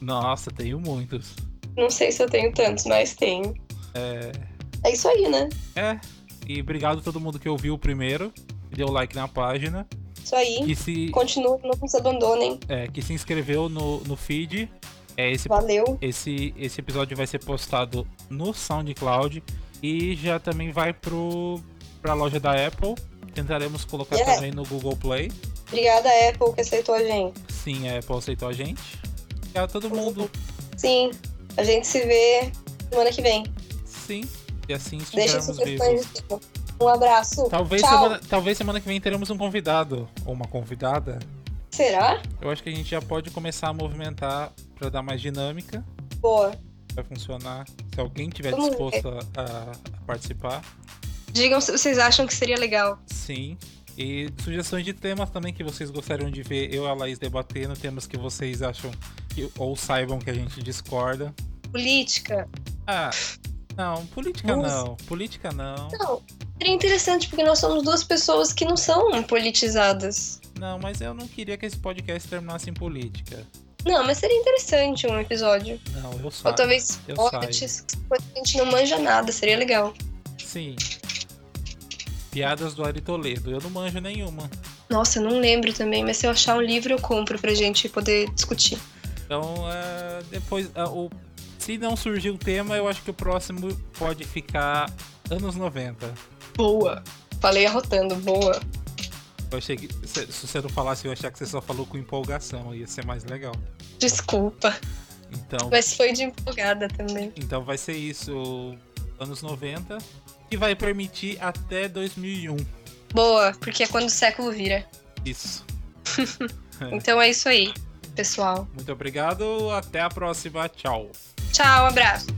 B: Nossa, tenho muitos.
A: Não sei se eu tenho tantos, mas tenho.
B: É.
A: É isso aí, né?
B: É. E obrigado a todo mundo que ouviu o primeiro, que deu like na página,
A: Isso aí.
B: que se,
A: Continua, não nos abandonem.
B: é, que se inscreveu no, no feed. É, esse,
A: Valeu.
B: esse, esse episódio vai ser postado no SoundCloud e já também vai pro, pra loja da Apple. Tentaremos colocar
A: Yeah.
B: também no Google Play.
A: Obrigada, Apple, que aceitou a gente.
B: Sim, a Apple aceitou a gente. Obrigado a todo
A: Uhum.
B: mundo.
A: Sim. A gente se vê semana que vem.
B: Sim. E assim
A: Deixem
B: estivermos
A: sugestões
B: vivos.
A: de tema. Um abraço.
B: Talvez
A: Tchau.
B: semana, talvez semana que vem teremos um convidado ou uma convidada.
A: Será?
B: Eu acho que a gente já pode começar a movimentar pra dar mais dinâmica.
A: Boa.
B: Vai funcionar. Se alguém tiver
A: Vamos
B: disposto a, a- a participar,
A: Digam se vocês acham que seria legal.
B: sim. E sugestões de temas também que vocês gostariam de ver eu e a Laís debatendo, temas que vocês acham que, ou saibam que a gente discorda.
A: Política.
B: Ah, não, política
A: Música.
B: não. Política não.
A: Não. Seria interessante, porque nós somos duas pessoas que não são politizadas.
B: Não, mas eu não queria que esse podcast terminasse em política.
A: Não, mas seria interessante um esporte
B: Não, eu
A: Ou
B: saio.
A: talvez
B: eu
A: esportes, coisa que a gente não manja nada, seria legal.
B: Sim. Piadas do Ari Toledo. Eu não manjo nenhuma.
A: Nossa, eu não lembro também, mas se eu achar um livro eu compro pra gente poder discutir.
B: Então, é, depois. é, o, se não surgir o tema, eu acho que o próximo pode ficar anos 90.
A: Boa. Falei arrotando, boa.
B: Eu achei que. Se, se você não falasse, eu ia achar que você só falou com empolgação. Ia ser mais legal.
A: Desculpa.
B: Então,
A: Mas foi de empolgada também.
B: então vai ser isso. Anos 90. Que vai permitir até 2001.
A: Boa, porque é quando o século vira.
B: Isso.
A: Então é isso aí, pessoal.
B: Muito obrigado. Até a próxima. Tchau.
A: Tchau, abraço.